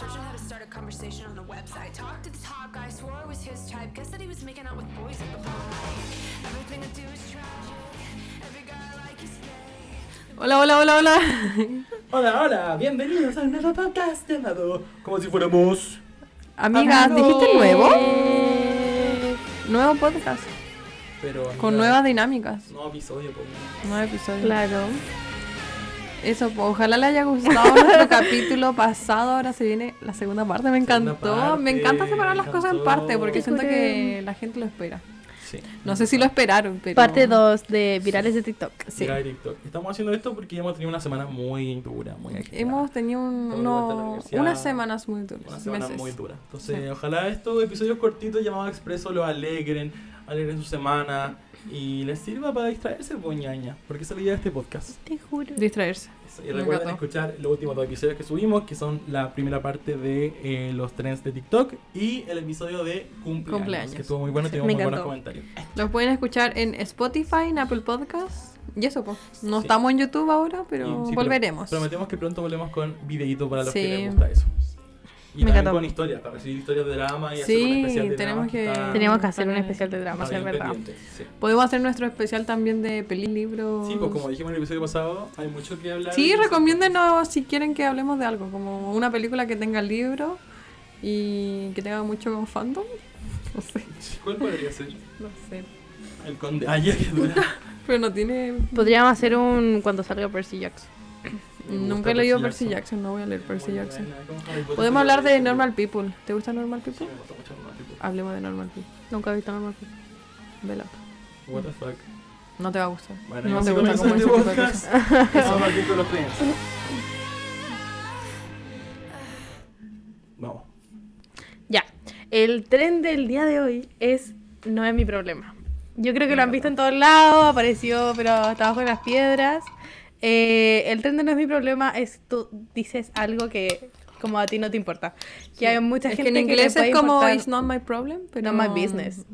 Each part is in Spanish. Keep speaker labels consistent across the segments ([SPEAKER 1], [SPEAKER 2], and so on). [SPEAKER 1] a conversation on a website. Talked to the top guy, swore I was his type. Guess that he was making out with boys at the bar. Everything I do is tragic. Every guy I like is gay.
[SPEAKER 2] Hola, hola, hola, hola.
[SPEAKER 3] Hola, hola, bienvenidos a un nuevo podcast llamado Como si fuéramos.
[SPEAKER 2] Amigas,
[SPEAKER 3] Amigos.
[SPEAKER 2] ¿dijiste nuevo? Nuevo podcast.
[SPEAKER 3] Pero,
[SPEAKER 2] Con
[SPEAKER 3] amiga,
[SPEAKER 2] nuevas dinámicas.
[SPEAKER 3] Nuevo episodio, pues.
[SPEAKER 2] Nuevo episodio.
[SPEAKER 4] Claro.
[SPEAKER 2] Eso, po, ojalá le haya gustado nuestro capítulo pasado. Ahora se viene la segunda parte. Me
[SPEAKER 3] Segunda
[SPEAKER 2] encantó.
[SPEAKER 3] parte,
[SPEAKER 2] me encanta separar
[SPEAKER 3] me
[SPEAKER 2] las cosas en
[SPEAKER 3] encantó.
[SPEAKER 2] partes porque siento que
[SPEAKER 4] Recuerden.
[SPEAKER 2] la gente lo espera.
[SPEAKER 3] Sí.
[SPEAKER 2] No sé si lo esperaron, pero.
[SPEAKER 4] Parte 2 de virales de TikTok.
[SPEAKER 2] Sí.
[SPEAKER 3] Mira, TikTok. Estamos haciendo esto porque hemos tenido una semana muy dura, muy agitada.
[SPEAKER 2] Hemos tenido un-
[SPEAKER 3] Todo de vuelta a la
[SPEAKER 2] uno-
[SPEAKER 3] universidad.
[SPEAKER 2] unas semanas muy duras.
[SPEAKER 3] Una semana
[SPEAKER 2] meses.
[SPEAKER 3] muy dura. Entonces, ojalá estos episodios cortitos llamados Expreso los alegren, alegren su semana y les sirva para distraerse, poñaña. Porque esa es la idea de este podcast.
[SPEAKER 4] Te juro.
[SPEAKER 2] Distraerse.
[SPEAKER 3] Eso, Y
[SPEAKER 2] Me
[SPEAKER 3] recuerden
[SPEAKER 2] encantó.
[SPEAKER 3] escuchar los últimos dos episodios que subimos, que son la primera parte de eh, los trends de TikTok y el episodio de cumpleaños,
[SPEAKER 2] Cumpleaños.
[SPEAKER 3] que estuvo muy bueno, tuvimos
[SPEAKER 2] Me
[SPEAKER 3] muy buenos
[SPEAKER 2] encantó.
[SPEAKER 3] comentarios.
[SPEAKER 2] Los pueden escuchar en Spotify, en Apple Podcasts. Y eso, pues. No
[SPEAKER 3] Sí.
[SPEAKER 2] estamos en YouTube ahora, pero
[SPEAKER 3] Y sí,
[SPEAKER 2] volveremos.
[SPEAKER 3] pro- Prometemos que pronto volvemos con videíto para los
[SPEAKER 2] Sí.
[SPEAKER 3] que les gusta eso. Y
[SPEAKER 2] Me
[SPEAKER 3] también
[SPEAKER 2] encantó.
[SPEAKER 3] con historias, para recibir historias de drama y hacer un
[SPEAKER 2] Sí,
[SPEAKER 3] especial de
[SPEAKER 2] tenemos
[SPEAKER 3] drama
[SPEAKER 2] que-
[SPEAKER 3] Ah, está-
[SPEAKER 4] Tenemos que hacer un especial de drama,
[SPEAKER 3] está
[SPEAKER 4] sí, es
[SPEAKER 3] bien
[SPEAKER 4] verdad.
[SPEAKER 3] pendiente, Sí.
[SPEAKER 2] Podemos hacer nuestro especial también de peli, libros.
[SPEAKER 3] Sí, pues como dijimos en el episodio pasado, hay mucho que hablar.
[SPEAKER 2] Sí, recomiéndenos si quieren que hablemos de algo, como una película que tenga libro y que tenga mucho fandom. No sé,
[SPEAKER 3] ¿Cuál podría ser?
[SPEAKER 2] no sé.
[SPEAKER 3] El conde. Ay, ya que dura.
[SPEAKER 2] Pero no tiene.
[SPEAKER 4] Podríamos hacer un cuando salga Percy Jackson.
[SPEAKER 3] Me
[SPEAKER 2] Nunca
[SPEAKER 3] gusta
[SPEAKER 2] he leído Percy Jackson, no voy a leer Percy
[SPEAKER 3] Muy
[SPEAKER 2] Jackson.
[SPEAKER 3] buena, con Harry Potter,
[SPEAKER 2] Podemos
[SPEAKER 3] pero
[SPEAKER 2] hablar de
[SPEAKER 3] sí,
[SPEAKER 2] Normal People. ¿Te gusta Normal
[SPEAKER 3] Sí,
[SPEAKER 2] People?
[SPEAKER 3] me gusta mucho Normal People.
[SPEAKER 2] Hablemos de Normal People.
[SPEAKER 4] Nunca he visto normal.
[SPEAKER 2] Vela.
[SPEAKER 3] What the fuck.
[SPEAKER 2] No te va a gustar.
[SPEAKER 3] Bueno,
[SPEAKER 2] no
[SPEAKER 3] y
[SPEAKER 2] te
[SPEAKER 3] así
[SPEAKER 2] gusta
[SPEAKER 3] comenzó
[SPEAKER 2] como
[SPEAKER 3] este
[SPEAKER 2] ese tipo de
[SPEAKER 3] podcast.
[SPEAKER 2] cosas.
[SPEAKER 3] Vamos a partir con los trends. Vamos.
[SPEAKER 4] Ya. El tren del día de hoy es No es mi problema. Yo creo que lo han visto en todos lados, apareció, pero hasta abajo de las piedras. Eh, el tren de No es mi problema es tú dices algo que como a ti no te importa. Que hay mucha
[SPEAKER 2] Es que
[SPEAKER 4] gente
[SPEAKER 2] en
[SPEAKER 4] le
[SPEAKER 2] inglés
[SPEAKER 4] puede
[SPEAKER 2] es como
[SPEAKER 4] importar
[SPEAKER 2] It's not my problem, pero.
[SPEAKER 4] Not my business.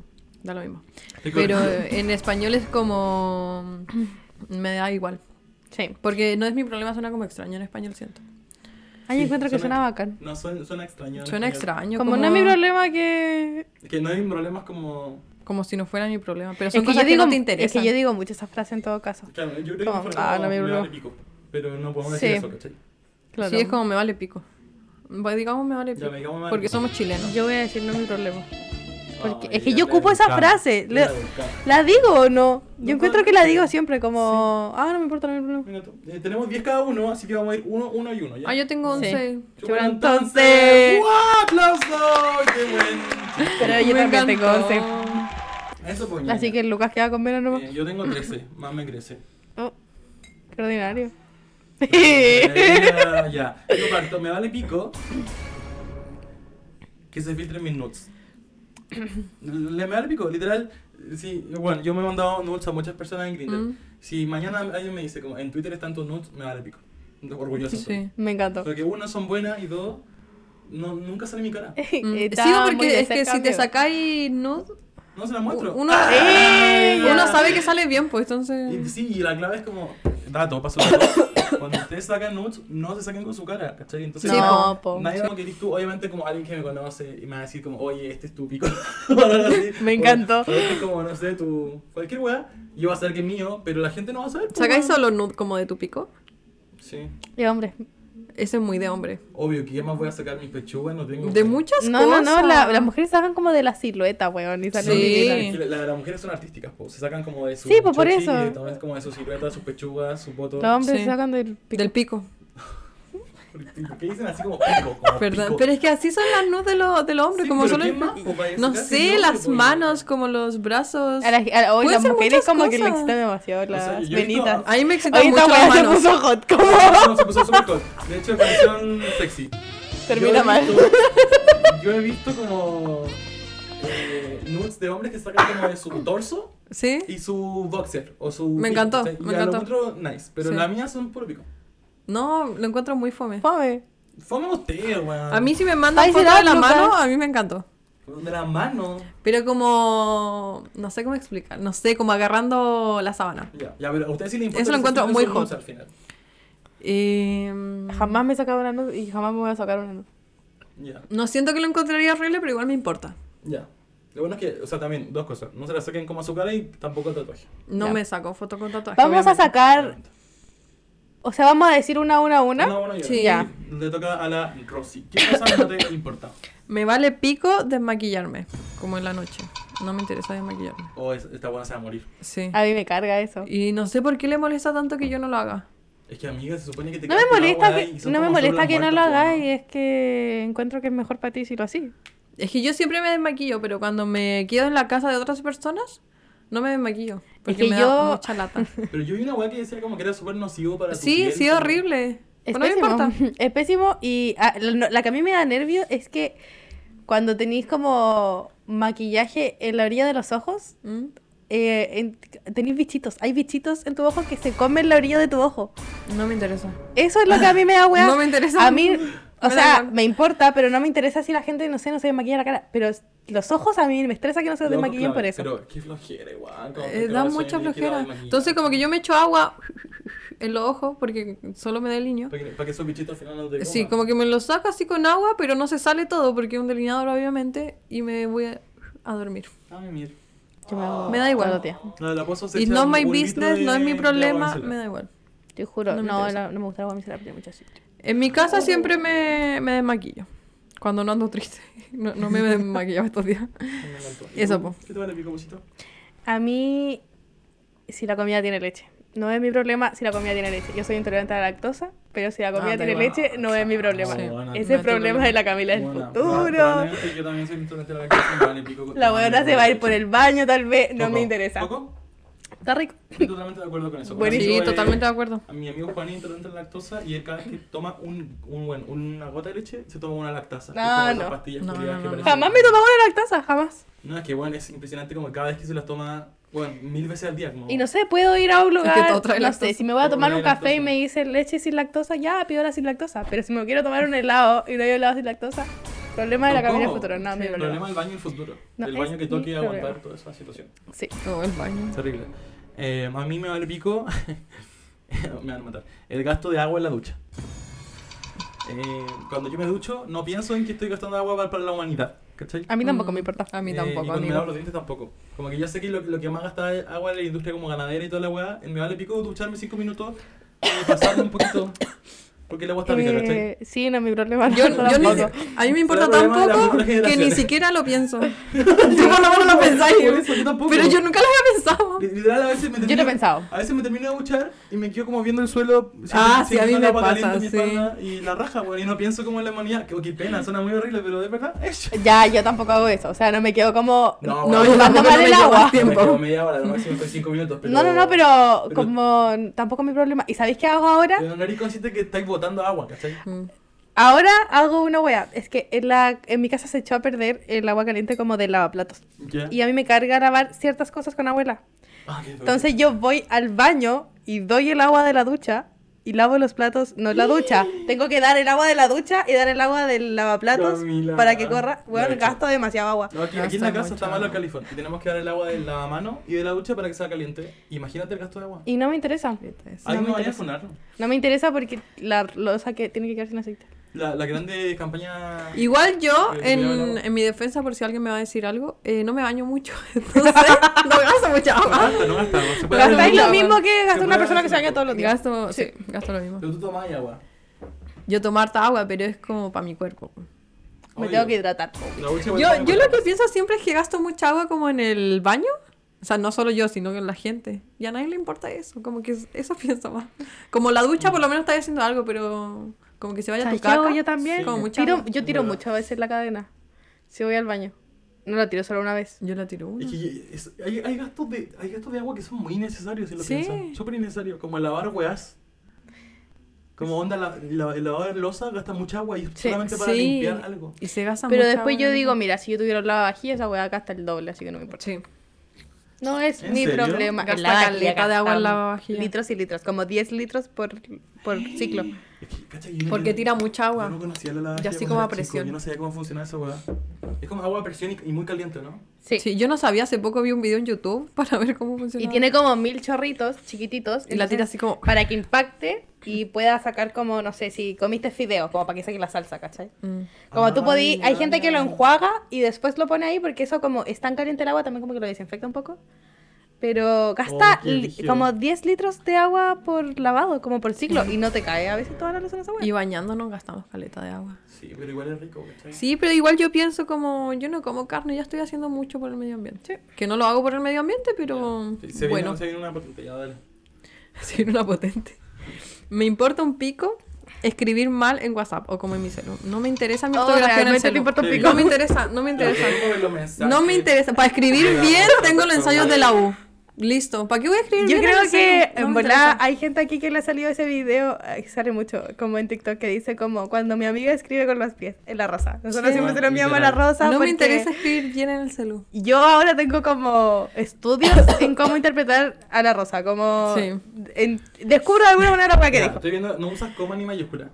[SPEAKER 2] Da lo mismo.
[SPEAKER 3] Te
[SPEAKER 2] Pero
[SPEAKER 3] corrijo.
[SPEAKER 2] eh, en español es como. Me da igual.
[SPEAKER 4] Sí.
[SPEAKER 2] Porque no es mi problema, suena como extraño en español, siento.
[SPEAKER 4] Ay,
[SPEAKER 3] Sí,
[SPEAKER 4] encuentro que suena bacán.
[SPEAKER 3] No, suena, suena extraño. en
[SPEAKER 2] Suena
[SPEAKER 3] español.
[SPEAKER 2] extraño.
[SPEAKER 4] Como no es mi problema que
[SPEAKER 3] Que no hay problemas como.
[SPEAKER 2] Como si no fuera mi problema. Pero son
[SPEAKER 4] es que
[SPEAKER 2] cosas
[SPEAKER 4] yo digo,
[SPEAKER 2] que no te
[SPEAKER 4] es
[SPEAKER 2] interesan.
[SPEAKER 4] que yo digo mucho esa frase en todo caso.
[SPEAKER 3] Claro, yo creo que
[SPEAKER 4] Como,
[SPEAKER 3] fue
[SPEAKER 4] ah,
[SPEAKER 3] como,
[SPEAKER 4] no me
[SPEAKER 3] me vale
[SPEAKER 4] preocupa.
[SPEAKER 3] pico. Pero no podemos decir
[SPEAKER 4] Sí.
[SPEAKER 3] eso, ¿cachai?
[SPEAKER 4] Claro.
[SPEAKER 2] Sí, es como me vale pico. Bueno, digamos me vale
[SPEAKER 3] Ya,
[SPEAKER 2] pico.
[SPEAKER 3] digamos me vale
[SPEAKER 2] porque
[SPEAKER 3] pico.
[SPEAKER 2] somos chilenos.
[SPEAKER 4] Yo voy a decir no es mi problema. Porque
[SPEAKER 3] Ay,
[SPEAKER 4] es que
[SPEAKER 3] Ah, ya,
[SPEAKER 4] yo
[SPEAKER 3] la
[SPEAKER 4] ocupo esa
[SPEAKER 3] educada,
[SPEAKER 4] frase.
[SPEAKER 3] la
[SPEAKER 4] Le-
[SPEAKER 3] educada.
[SPEAKER 4] ¿La digo o no? Yo
[SPEAKER 3] No,
[SPEAKER 4] encuentro
[SPEAKER 3] no,
[SPEAKER 4] que la
[SPEAKER 3] sí.
[SPEAKER 4] digo siempre como, ah, no me importa, no es mi problema.
[SPEAKER 3] Mira tú. Eh, tenemos 10 cada uno, así que vamos a ir uno, uno y uno. ¿ya?
[SPEAKER 2] Ah, yo tengo
[SPEAKER 4] Sí.
[SPEAKER 2] 11.
[SPEAKER 3] Chupa,
[SPEAKER 4] entonces.
[SPEAKER 3] ¡Guau! ¡Aplauso! ¡Qué buen!
[SPEAKER 4] Pero yo
[SPEAKER 2] Me
[SPEAKER 4] también
[SPEAKER 2] encantó.
[SPEAKER 4] tengo 11.
[SPEAKER 3] Eso pues,
[SPEAKER 4] Así
[SPEAKER 3] niña.
[SPEAKER 4] que Lucas queda con menos nomás.
[SPEAKER 3] Eh, yo tengo 13, más me crece.
[SPEAKER 4] Oh, qué ordinario.
[SPEAKER 3] Eh, ya, yo parto, me vale pico que se filtren mis nudes. Le me vale pico, literal. Sí, bueno, yo me he mandado nudes a muchas personas en Grindr.
[SPEAKER 2] Mm.
[SPEAKER 3] Si mañana alguien me dice, como en Twitter están tus nudes, me vale pico. Orgulloso.
[SPEAKER 2] Sí.
[SPEAKER 4] Me encantó.
[SPEAKER 3] Porque uno son buenas y dos, no, nunca sale mi cara.
[SPEAKER 2] Mm.
[SPEAKER 4] Eh,
[SPEAKER 2] Sí,
[SPEAKER 4] estaba muy de
[SPEAKER 2] porque es que
[SPEAKER 4] cerca,
[SPEAKER 2] si te
[SPEAKER 4] amigo.
[SPEAKER 2] sacáis nude,
[SPEAKER 3] No se la muestro.
[SPEAKER 2] uno,
[SPEAKER 4] Ah, ¡Ey!
[SPEAKER 2] uno sabe que sale bien, pues entonces.
[SPEAKER 3] Y sí, y la clave es como, dato, paso dato. Cuando ustedes sacan nudes, no se saquen con su cara, ¿cachai? Entonces,
[SPEAKER 2] Sí,
[SPEAKER 4] No, po.
[SPEAKER 3] nadie va a querer tú, obviamente como alguien que me conoce y me va a decir como, oye, este es tu pico. o algo así.
[SPEAKER 4] Me encantó.
[SPEAKER 3] O- o este es como, no sé, tu cualquier weá, yo va a saber que es mío, pero la gente no va a saber. po,
[SPEAKER 2] ¿Sacáis
[SPEAKER 3] weón.
[SPEAKER 2] solo nude como de tu pico?
[SPEAKER 3] Sí,
[SPEAKER 4] Y hombre.
[SPEAKER 2] Ese es muy de hombre.
[SPEAKER 3] obvio, que ya más voy a sacar mis pechugas, no tengo...
[SPEAKER 2] De muchas
[SPEAKER 4] No, no,
[SPEAKER 2] cosas.
[SPEAKER 4] no, la- las mujeres sacan como de la silueta, weón, y salen
[SPEAKER 2] Sí.
[SPEAKER 4] divinas.
[SPEAKER 3] Sí. La, la- las mujeres son artísticas, po. se sacan como de su
[SPEAKER 4] Sí, po, por
[SPEAKER 3] chochi,
[SPEAKER 4] eso.
[SPEAKER 3] y también como de su silueta, sus pechugas, su voto.
[SPEAKER 4] Los hombres
[SPEAKER 2] Sí.
[SPEAKER 4] sacan del pico.
[SPEAKER 2] Del pico.
[SPEAKER 3] Que dicen así como pico. como
[SPEAKER 2] Perdón,
[SPEAKER 3] pico.
[SPEAKER 2] pero es que así son las nudes de, lo- de los hombres,
[SPEAKER 3] Sí,
[SPEAKER 2] como
[SPEAKER 3] pero
[SPEAKER 2] solo
[SPEAKER 3] ¿qué
[SPEAKER 2] el-
[SPEAKER 3] más, po? Parece
[SPEAKER 2] No
[SPEAKER 3] casi
[SPEAKER 2] sé,
[SPEAKER 3] hombre,
[SPEAKER 2] las
[SPEAKER 3] po.
[SPEAKER 2] manos, como los brazos.
[SPEAKER 4] A las a- hoy
[SPEAKER 2] Puede
[SPEAKER 4] las
[SPEAKER 2] ser
[SPEAKER 4] mujeres
[SPEAKER 2] muchas
[SPEAKER 4] como que le
[SPEAKER 2] cosas.
[SPEAKER 4] excitan demasiado las
[SPEAKER 3] yo he visto-
[SPEAKER 4] venitas.
[SPEAKER 2] A mí me excitan
[SPEAKER 4] Oye,
[SPEAKER 2] mucho
[SPEAKER 4] esta
[SPEAKER 2] las
[SPEAKER 4] weá se
[SPEAKER 2] manos.
[SPEAKER 4] puso hot, como
[SPEAKER 3] No, se puso súper hot. De hecho, canción sexy.
[SPEAKER 4] Termina
[SPEAKER 3] he
[SPEAKER 4] mal.
[SPEAKER 3] visto- yo he visto como eh, nudes de hombres que sacan como de su torso
[SPEAKER 2] ¿Sí?
[SPEAKER 3] y su boxer. O su
[SPEAKER 2] Me encantó,
[SPEAKER 3] ¿cachai?
[SPEAKER 2] me
[SPEAKER 3] Y a
[SPEAKER 2] encantó.
[SPEAKER 3] Lo encuentro nice, pero
[SPEAKER 2] Sí.
[SPEAKER 3] las mías son puro pico.
[SPEAKER 2] No, lo encuentro muy fome.
[SPEAKER 4] Fome.
[SPEAKER 3] Fome usted, weón.
[SPEAKER 2] A mí si me mandan
[SPEAKER 4] Ay,
[SPEAKER 2] foto
[SPEAKER 4] será,
[SPEAKER 2] de la
[SPEAKER 4] Lucas.
[SPEAKER 2] mano, a mí me encantó.
[SPEAKER 3] De la mano.
[SPEAKER 2] Pero como... No sé cómo explicar. No sé, como agarrando la sábana.
[SPEAKER 3] Ya, ya, pero a usted sí le importa.
[SPEAKER 2] Eso lo
[SPEAKER 3] que se
[SPEAKER 2] encuentro
[SPEAKER 3] filtren
[SPEAKER 2] muy
[SPEAKER 3] sus nudes
[SPEAKER 2] hot.
[SPEAKER 3] Al final.
[SPEAKER 2] Eh, Em,
[SPEAKER 4] Jamás me he sacado una nude y jamás me voy a sacar una nude.
[SPEAKER 3] Ya,
[SPEAKER 2] No siento que lo encontraría horrible, pero igual me importa.
[SPEAKER 3] ya. Lo bueno es que, o sea, también, dos cosas. No se la saquen como a su cara y tampoco el tatuaje.
[SPEAKER 2] No
[SPEAKER 4] Ya.
[SPEAKER 2] me saco foto con tatuaje.
[SPEAKER 4] Vamos a
[SPEAKER 2] obviamente.
[SPEAKER 4] sacar, o sea, vamos a decir una, una, una.
[SPEAKER 3] Una, una y otra.
[SPEAKER 2] Sí.
[SPEAKER 4] Ya.
[SPEAKER 3] Le toca a la Rosy. ¿Qué cosa no te importa?
[SPEAKER 2] Me vale pico desmaquillarme, como en la noche. No me interesa desmaquillarme.
[SPEAKER 3] O Oh, es- esta buena se va a morir.
[SPEAKER 2] Sí.
[SPEAKER 4] A mí me carga eso.
[SPEAKER 2] Y no sé por qué le molesta tanto que yo no lo haga.
[SPEAKER 3] Es que, amiga, se supone que te
[SPEAKER 4] No me
[SPEAKER 3] quedaste con la
[SPEAKER 4] molesta
[SPEAKER 3] weá y
[SPEAKER 4] que,
[SPEAKER 3] son
[SPEAKER 4] no, me
[SPEAKER 3] como
[SPEAKER 4] molesta
[SPEAKER 3] células
[SPEAKER 4] que no lo
[SPEAKER 3] muertas, po,
[SPEAKER 4] hagáis,
[SPEAKER 3] ¿no?
[SPEAKER 4] es que encuentro que es mejor para ti si lo así.
[SPEAKER 2] Es que yo siempre me desmaquillo, pero cuando me quedo en la casa de otras personas, no me desmaquillo. Porque
[SPEAKER 4] que
[SPEAKER 2] me
[SPEAKER 4] yo-
[SPEAKER 2] da mucha lata.
[SPEAKER 3] Pero yo vi una weá que decía como que era súper nocivo para tu
[SPEAKER 2] sí,
[SPEAKER 3] piel,
[SPEAKER 2] sí,
[SPEAKER 3] como-
[SPEAKER 2] horrible. Pero
[SPEAKER 4] Es
[SPEAKER 2] no me
[SPEAKER 4] pésimo.
[SPEAKER 2] importa.
[SPEAKER 4] Es pésimo y ah, la, no- la que a mí me da nervio es que cuando tenéis como maquillaje en la orilla de los ojos,
[SPEAKER 2] Mm.
[SPEAKER 4] eh, en- tenéis bichitos. Hay bichitos en tu ojo que se comen la orilla de tu ojo.
[SPEAKER 2] No me interesa.
[SPEAKER 4] Eso es lo que a mí me da weá.
[SPEAKER 2] No me interesa.
[SPEAKER 4] A mí, o
[SPEAKER 2] da
[SPEAKER 4] sea,
[SPEAKER 2] igual.
[SPEAKER 4] me importa, pero no me interesa si la gente, no sé, no se desmaquilla la cara. Pero es- los ojos a mí me estresa que no se
[SPEAKER 3] Loco,
[SPEAKER 4] desmaquillen
[SPEAKER 3] claro,
[SPEAKER 4] por eso.
[SPEAKER 3] Pero qué flojera, igual. como que
[SPEAKER 2] Eh,
[SPEAKER 3] te
[SPEAKER 2] da
[SPEAKER 3] vas a
[SPEAKER 2] mucha
[SPEAKER 3] sueño y quiero
[SPEAKER 2] flojera.
[SPEAKER 3] desmaquillar.
[SPEAKER 2] Entonces, como que yo me echo agua en los ojos porque solo me deliño.
[SPEAKER 3] Para que, para que esos bichitos al final no te coman.
[SPEAKER 2] Sí, como que me lo saco así con agua, pero no se sale todo porque es un delineador, obviamente, y me voy a, a dormir.
[SPEAKER 3] Ay, mira.
[SPEAKER 4] Yo me, hago
[SPEAKER 2] Me da igual.
[SPEAKER 4] todos los días.
[SPEAKER 3] Ah, La, la pozo se
[SPEAKER 2] It's
[SPEAKER 3] echa
[SPEAKER 2] not
[SPEAKER 3] un-
[SPEAKER 2] my
[SPEAKER 3] un litro
[SPEAKER 2] business, no es
[SPEAKER 3] de-
[SPEAKER 2] mi
[SPEAKER 3] de
[SPEAKER 2] problema,
[SPEAKER 3] agua
[SPEAKER 2] me
[SPEAKER 3] micelar.
[SPEAKER 2] da igual.
[SPEAKER 4] Te juro,
[SPEAKER 2] No
[SPEAKER 4] no,
[SPEAKER 2] me
[SPEAKER 4] no,
[SPEAKER 2] interesa.
[SPEAKER 4] no me gusta la agua micelar, tiene mucho aceite.
[SPEAKER 2] En mi casa
[SPEAKER 3] Oh.
[SPEAKER 2] siempre me, me desmaquillo. Cuando no ando triste. No, no me desmaquillaba estos días.
[SPEAKER 3] Me encantó. ¿Y
[SPEAKER 2] Eso,
[SPEAKER 3] tú?
[SPEAKER 2] po.
[SPEAKER 3] ¿Qué te vale pico, pocito?
[SPEAKER 4] A mí, si la comida tiene leche. No es mi problema si la comida tiene leche. Yo soy intolerante a la lactosa, pero si la comida
[SPEAKER 2] Ah, da
[SPEAKER 4] tiene
[SPEAKER 2] igual.
[SPEAKER 4] leche, no es mi problema.
[SPEAKER 2] Sí,
[SPEAKER 4] Ese
[SPEAKER 2] no
[SPEAKER 4] es
[SPEAKER 2] es
[SPEAKER 4] el
[SPEAKER 2] tu
[SPEAKER 4] problema
[SPEAKER 2] problema.
[SPEAKER 4] de la Camila del
[SPEAKER 3] Bueno,
[SPEAKER 4] futuro.
[SPEAKER 3] probablemente Yo también soy intolerante a la lactosa, me vale pico.
[SPEAKER 4] La huevona se va a ir por el baño, tal vez. No
[SPEAKER 3] Coco.
[SPEAKER 4] me interesa.
[SPEAKER 3] Coco,
[SPEAKER 4] Está rico.
[SPEAKER 3] estoy totalmente de acuerdo con eso.
[SPEAKER 4] Buenísimo.
[SPEAKER 2] Sí,
[SPEAKER 3] Yo, eh,
[SPEAKER 2] totalmente de acuerdo.
[SPEAKER 3] A mi amigo Juan es intolerante a la lactosa y él cada vez que toma un, un, bueno, una gota de leche se toma una lactasa.
[SPEAKER 4] No,
[SPEAKER 3] Es como esas
[SPEAKER 4] Ah, no.
[SPEAKER 3] pastillas
[SPEAKER 2] No,
[SPEAKER 3] culiadas
[SPEAKER 2] no, no,
[SPEAKER 3] que
[SPEAKER 2] no.
[SPEAKER 3] parecen-
[SPEAKER 4] Jamás me he tomado una lactasa, jamás.
[SPEAKER 3] No, es que bueno, es impresionante como cada vez que se las toma, bueno, mil veces al día. Como,
[SPEAKER 4] Y no sé, puedo ir a un
[SPEAKER 2] que
[SPEAKER 4] lugar.
[SPEAKER 2] todo trae
[SPEAKER 4] no
[SPEAKER 2] lactosa.
[SPEAKER 4] sé, si me voy a
[SPEAKER 3] Todo
[SPEAKER 4] tomar
[SPEAKER 3] trae
[SPEAKER 4] un café y
[SPEAKER 3] lactosa.
[SPEAKER 4] me dicen leche sin lactosa, ya pido la sin lactosa. Pero si me quiero tomar un helado y no hay helado sin lactosa, problema de la Camila del
[SPEAKER 3] ¿Cómo?
[SPEAKER 4] futuro. No, es mi
[SPEAKER 3] El
[SPEAKER 4] problema.
[SPEAKER 3] problema del baño en el futuro.
[SPEAKER 4] No,
[SPEAKER 3] el
[SPEAKER 4] es
[SPEAKER 3] baño que toque
[SPEAKER 4] mi
[SPEAKER 3] aguantar
[SPEAKER 4] problema.
[SPEAKER 3] toda esa situación.
[SPEAKER 4] Sí.
[SPEAKER 2] Todo el baño.
[SPEAKER 3] Terrible. Eh, a mí me vale pico. me van a matar. El gasto de agua en la ducha. Eh, cuando yo me ducho, no pienso en que estoy gastando agua para, para la humanidad. ¿Cachai?
[SPEAKER 4] A mí tampoco
[SPEAKER 2] Mm.
[SPEAKER 4] me importa.
[SPEAKER 2] A mí
[SPEAKER 3] Eh, y
[SPEAKER 2] tampoco,
[SPEAKER 3] cuando me lavo
[SPEAKER 2] amigo.
[SPEAKER 3] los dientes tampoco. Como que yo sé que lo, lo que más gasta es agua en la industria como ganadera y toda la weá. Me vale pico ducharme 5 minutos y pasarme un poquito. Porque el agua está rica, ¿cachai?
[SPEAKER 4] Eh, sí, no es mi problema.
[SPEAKER 2] Yo,
[SPEAKER 4] no,
[SPEAKER 2] yo ni
[SPEAKER 4] tampoco.
[SPEAKER 2] si- a mí me importa
[SPEAKER 3] Pero el
[SPEAKER 2] tan
[SPEAKER 3] problema de las
[SPEAKER 2] poco
[SPEAKER 3] futuras
[SPEAKER 2] que ni
[SPEAKER 3] generaciones.
[SPEAKER 2] siquiera lo pienso. Tú por lo menos lo pensáis.
[SPEAKER 3] Por eso, yo tampoco.
[SPEAKER 2] Pero yo nunca lo había pensado.
[SPEAKER 3] Li- Literal, a veces me
[SPEAKER 4] Yo no he pensado.
[SPEAKER 3] A veces me termino de duchar y me quedo como viendo el suelo.
[SPEAKER 2] Ah, sí, a mí
[SPEAKER 3] sintiendo
[SPEAKER 2] me
[SPEAKER 3] el agua
[SPEAKER 2] pasa,
[SPEAKER 3] caliente en mi
[SPEAKER 2] sí.
[SPEAKER 3] espalda Y la raja, güey. Y no pienso como en la humanidad. Que, oh, qué pena, suena muy horrible, pero de verdad. Es...
[SPEAKER 4] Ya, yo tampoco hago eso. O sea, no me quedo como. No,
[SPEAKER 3] No, bueno, yo
[SPEAKER 4] llevando
[SPEAKER 2] tampoco
[SPEAKER 4] mal
[SPEAKER 2] no
[SPEAKER 4] el
[SPEAKER 2] me llevo
[SPEAKER 4] agua.
[SPEAKER 2] así. Tiempo.
[SPEAKER 3] Me quedo media hora, lo máximo estoy cinco minutos. Pero...
[SPEAKER 4] No, no, no, pero,
[SPEAKER 3] pero-
[SPEAKER 4] como tampoco es mi problema. ¿Y sabéis qué hago ahora?
[SPEAKER 3] Pero no eres consciente que estáis botando agua, ¿cachai?
[SPEAKER 2] Mm,
[SPEAKER 4] Ahora hago una wea. Es que en, la, en mi casa se echó a perder el agua caliente como del lavaplatos.
[SPEAKER 3] Ya.
[SPEAKER 4] Y a mí me carga lavar ciertas cosas con abuela.
[SPEAKER 3] Ah, qué feo.
[SPEAKER 4] Entonces yo voy al baño y doy el agua de la ducha y lavo los platos, no la ducha. Tengo que dar el agua de la ducha y dar el agua del lavaplatos
[SPEAKER 3] Camila.
[SPEAKER 4] para que corra.
[SPEAKER 3] Ya,
[SPEAKER 4] Bueno,
[SPEAKER 3] hecho.
[SPEAKER 4] gasto demasiado agua.
[SPEAKER 3] No, aquí, aquí en la
[SPEAKER 2] Gasta
[SPEAKER 3] casa
[SPEAKER 2] mucha
[SPEAKER 3] está malo el
[SPEAKER 2] agua.
[SPEAKER 3] califón. Y tenemos que dar el agua de la mano y de la ducha para que sea caliente. Imagínate el gasto de agua.
[SPEAKER 4] Y no me interesa.
[SPEAKER 3] Ahí
[SPEAKER 4] no me
[SPEAKER 3] me vaya a
[SPEAKER 4] interesa.
[SPEAKER 3] funar.
[SPEAKER 4] No me interesa porque la losa que tiene que quedar sin aceite.
[SPEAKER 3] La, la grande campaña.
[SPEAKER 2] Igual yo,
[SPEAKER 3] Pero te cuidaba el
[SPEAKER 2] en,
[SPEAKER 3] agua.
[SPEAKER 2] en mi defensa, por si alguien me va a decir algo, eh, no me baño mucho. Entonces, no gasto mucha
[SPEAKER 3] No
[SPEAKER 2] agua.
[SPEAKER 3] gasta, no gasta. agua, se puede-
[SPEAKER 4] Gastáis lo
[SPEAKER 2] agua.
[SPEAKER 4] mismo que
[SPEAKER 3] Se
[SPEAKER 4] gasta una
[SPEAKER 3] puede
[SPEAKER 4] persona
[SPEAKER 3] hacer
[SPEAKER 4] que se baña
[SPEAKER 3] mejor.
[SPEAKER 4] todos los días.
[SPEAKER 2] Gasto, sí, gasto lo mismo.
[SPEAKER 3] Pero tú tomas agua.
[SPEAKER 2] Yo tomo harta agua, pero es como para mi cuerpo.
[SPEAKER 4] Me
[SPEAKER 3] Obvio.
[SPEAKER 4] tengo que hidratar.
[SPEAKER 3] La ducha
[SPEAKER 2] Yo,
[SPEAKER 3] igual está
[SPEAKER 2] yo
[SPEAKER 3] buena.
[SPEAKER 2] lo que pienso siempre es que gasto mucha agua como en el baño. O sea, no solo yo, sino que la gente. Y a nadie le importa eso. Como que es- eso pienso más. Como la ducha, por lo menos estás haciendo algo, pero como que se vaya tu
[SPEAKER 4] ¿Sabes qué
[SPEAKER 2] caca.
[SPEAKER 4] hago yo también?
[SPEAKER 3] Sí.
[SPEAKER 2] Como mucha
[SPEAKER 4] Tiro,
[SPEAKER 2] agua.
[SPEAKER 4] yo tiro
[SPEAKER 3] Verdad.
[SPEAKER 4] mucho a veces la cadena. Si voy al baño. No la tiro solo una vez.
[SPEAKER 2] Yo la tiro una.
[SPEAKER 3] Es que es- hay, hay gastos de, hay gastos de agua que son muy innecesarios si lo
[SPEAKER 2] Sí.
[SPEAKER 3] piensan. Súper innecesarios. Como el lavar weas. Como onda, la, la, el lavar losa gasta mucha agua y es
[SPEAKER 4] Sí.
[SPEAKER 3] solamente para
[SPEAKER 2] Sí.
[SPEAKER 3] limpiar algo.
[SPEAKER 2] Y se gasta
[SPEAKER 4] Pero
[SPEAKER 2] mucha
[SPEAKER 4] después
[SPEAKER 2] agua
[SPEAKER 4] yo
[SPEAKER 2] en-
[SPEAKER 4] digo, mira, si yo tuviera un lavavajillas, esa weá acá está el doble, así que no me importa.
[SPEAKER 2] Sí.
[SPEAKER 4] No es
[SPEAKER 3] ¿En
[SPEAKER 4] mi
[SPEAKER 3] serio?
[SPEAKER 4] problema.
[SPEAKER 2] Gasta
[SPEAKER 4] El lavavajillas
[SPEAKER 2] caleta de agua en
[SPEAKER 4] gasta
[SPEAKER 2] lavavajillas.
[SPEAKER 4] Litros y litros, como 10 litros por, por ciclo.
[SPEAKER 3] Es que, ¿cachai? Yo no
[SPEAKER 2] Porque tira
[SPEAKER 3] entiendo.
[SPEAKER 2] mucha
[SPEAKER 3] Yo no
[SPEAKER 2] agua.
[SPEAKER 3] conocía la lavavajillas
[SPEAKER 2] Y así
[SPEAKER 3] cuando
[SPEAKER 2] como
[SPEAKER 3] era
[SPEAKER 2] a presión.
[SPEAKER 3] chico, Yo no sabía cómo funcionaba esa weá. Es como agua a presión y, y muy caliente, ¿no?
[SPEAKER 4] Sí.
[SPEAKER 2] Sí, yo no sabía, hace poco vi un video en YouTube para ver cómo funciona.
[SPEAKER 4] Y tiene como mil chorritos chiquititos.
[SPEAKER 2] Y la tira
[SPEAKER 4] entonces,
[SPEAKER 2] así como.
[SPEAKER 4] Para que impacte y pueda sacar como, no sé, si comiste fideos, como para que saque la salsa, ¿cachai?
[SPEAKER 2] Mm.
[SPEAKER 4] Como tú
[SPEAKER 3] Ay,
[SPEAKER 4] podí, hay
[SPEAKER 3] ya,
[SPEAKER 4] gente que
[SPEAKER 3] ya.
[SPEAKER 4] lo enjuaga y después lo pone ahí porque eso como es tan caliente el agua también como que lo desinfecta un poco. Pero gasta
[SPEAKER 3] qué
[SPEAKER 4] li-
[SPEAKER 3] brígido.
[SPEAKER 4] como 10 litros de agua por lavado, como por ciclo, y no te cae a veces toda la luz en esa agua.
[SPEAKER 2] Y bañándonos gastamos caleta de agua.
[SPEAKER 3] Sí, pero igual es rico, ¿cachai?
[SPEAKER 2] Sí, pero igual yo pienso como. Yo no como carne, ya estoy haciendo mucho por el medio ambiente. Que no lo hago por el medio ambiente, pero.
[SPEAKER 3] Sí, se,
[SPEAKER 2] bueno,
[SPEAKER 3] viene, se viene una potente, ya dale.
[SPEAKER 2] soy una potente. Me importa un pico escribir mal en WhatsApp o como en mi celu. No me interesa mi
[SPEAKER 4] Oh,
[SPEAKER 2] ortografía en el
[SPEAKER 4] realmente te
[SPEAKER 2] celu.
[SPEAKER 4] importa
[SPEAKER 3] un pico.
[SPEAKER 2] No me interesa, no me interesa. No me interesa. Para escribir bien, tengo los ensayos de la U. Listo. ¿Para qué voy a escribir
[SPEAKER 4] Yo
[SPEAKER 2] bien?
[SPEAKER 4] creo
[SPEAKER 2] el
[SPEAKER 4] que
[SPEAKER 2] ensayo? No
[SPEAKER 4] en
[SPEAKER 2] me
[SPEAKER 4] volada
[SPEAKER 2] interesa.
[SPEAKER 4] hay gente aquí que le ha salido ese video, eh, que sale mucho, como en TikTok, que dice como cuando mi amiga escribe con los pies, en la rosa. Nosotros
[SPEAKER 2] Sí.
[SPEAKER 4] siempre se lo enviamos a la
[SPEAKER 3] Literal.
[SPEAKER 4] rosa.
[SPEAKER 2] No me
[SPEAKER 4] porque
[SPEAKER 2] interesa escribir bien en el celu.
[SPEAKER 4] Yo ahora tengo como estudios en cómo interpretar a la rosa, como
[SPEAKER 2] Sí.
[SPEAKER 4] en- descubro de alguna manera para qué
[SPEAKER 3] Ya,
[SPEAKER 4] dijo.
[SPEAKER 3] estoy viendo, no usas coma ni mayúscula.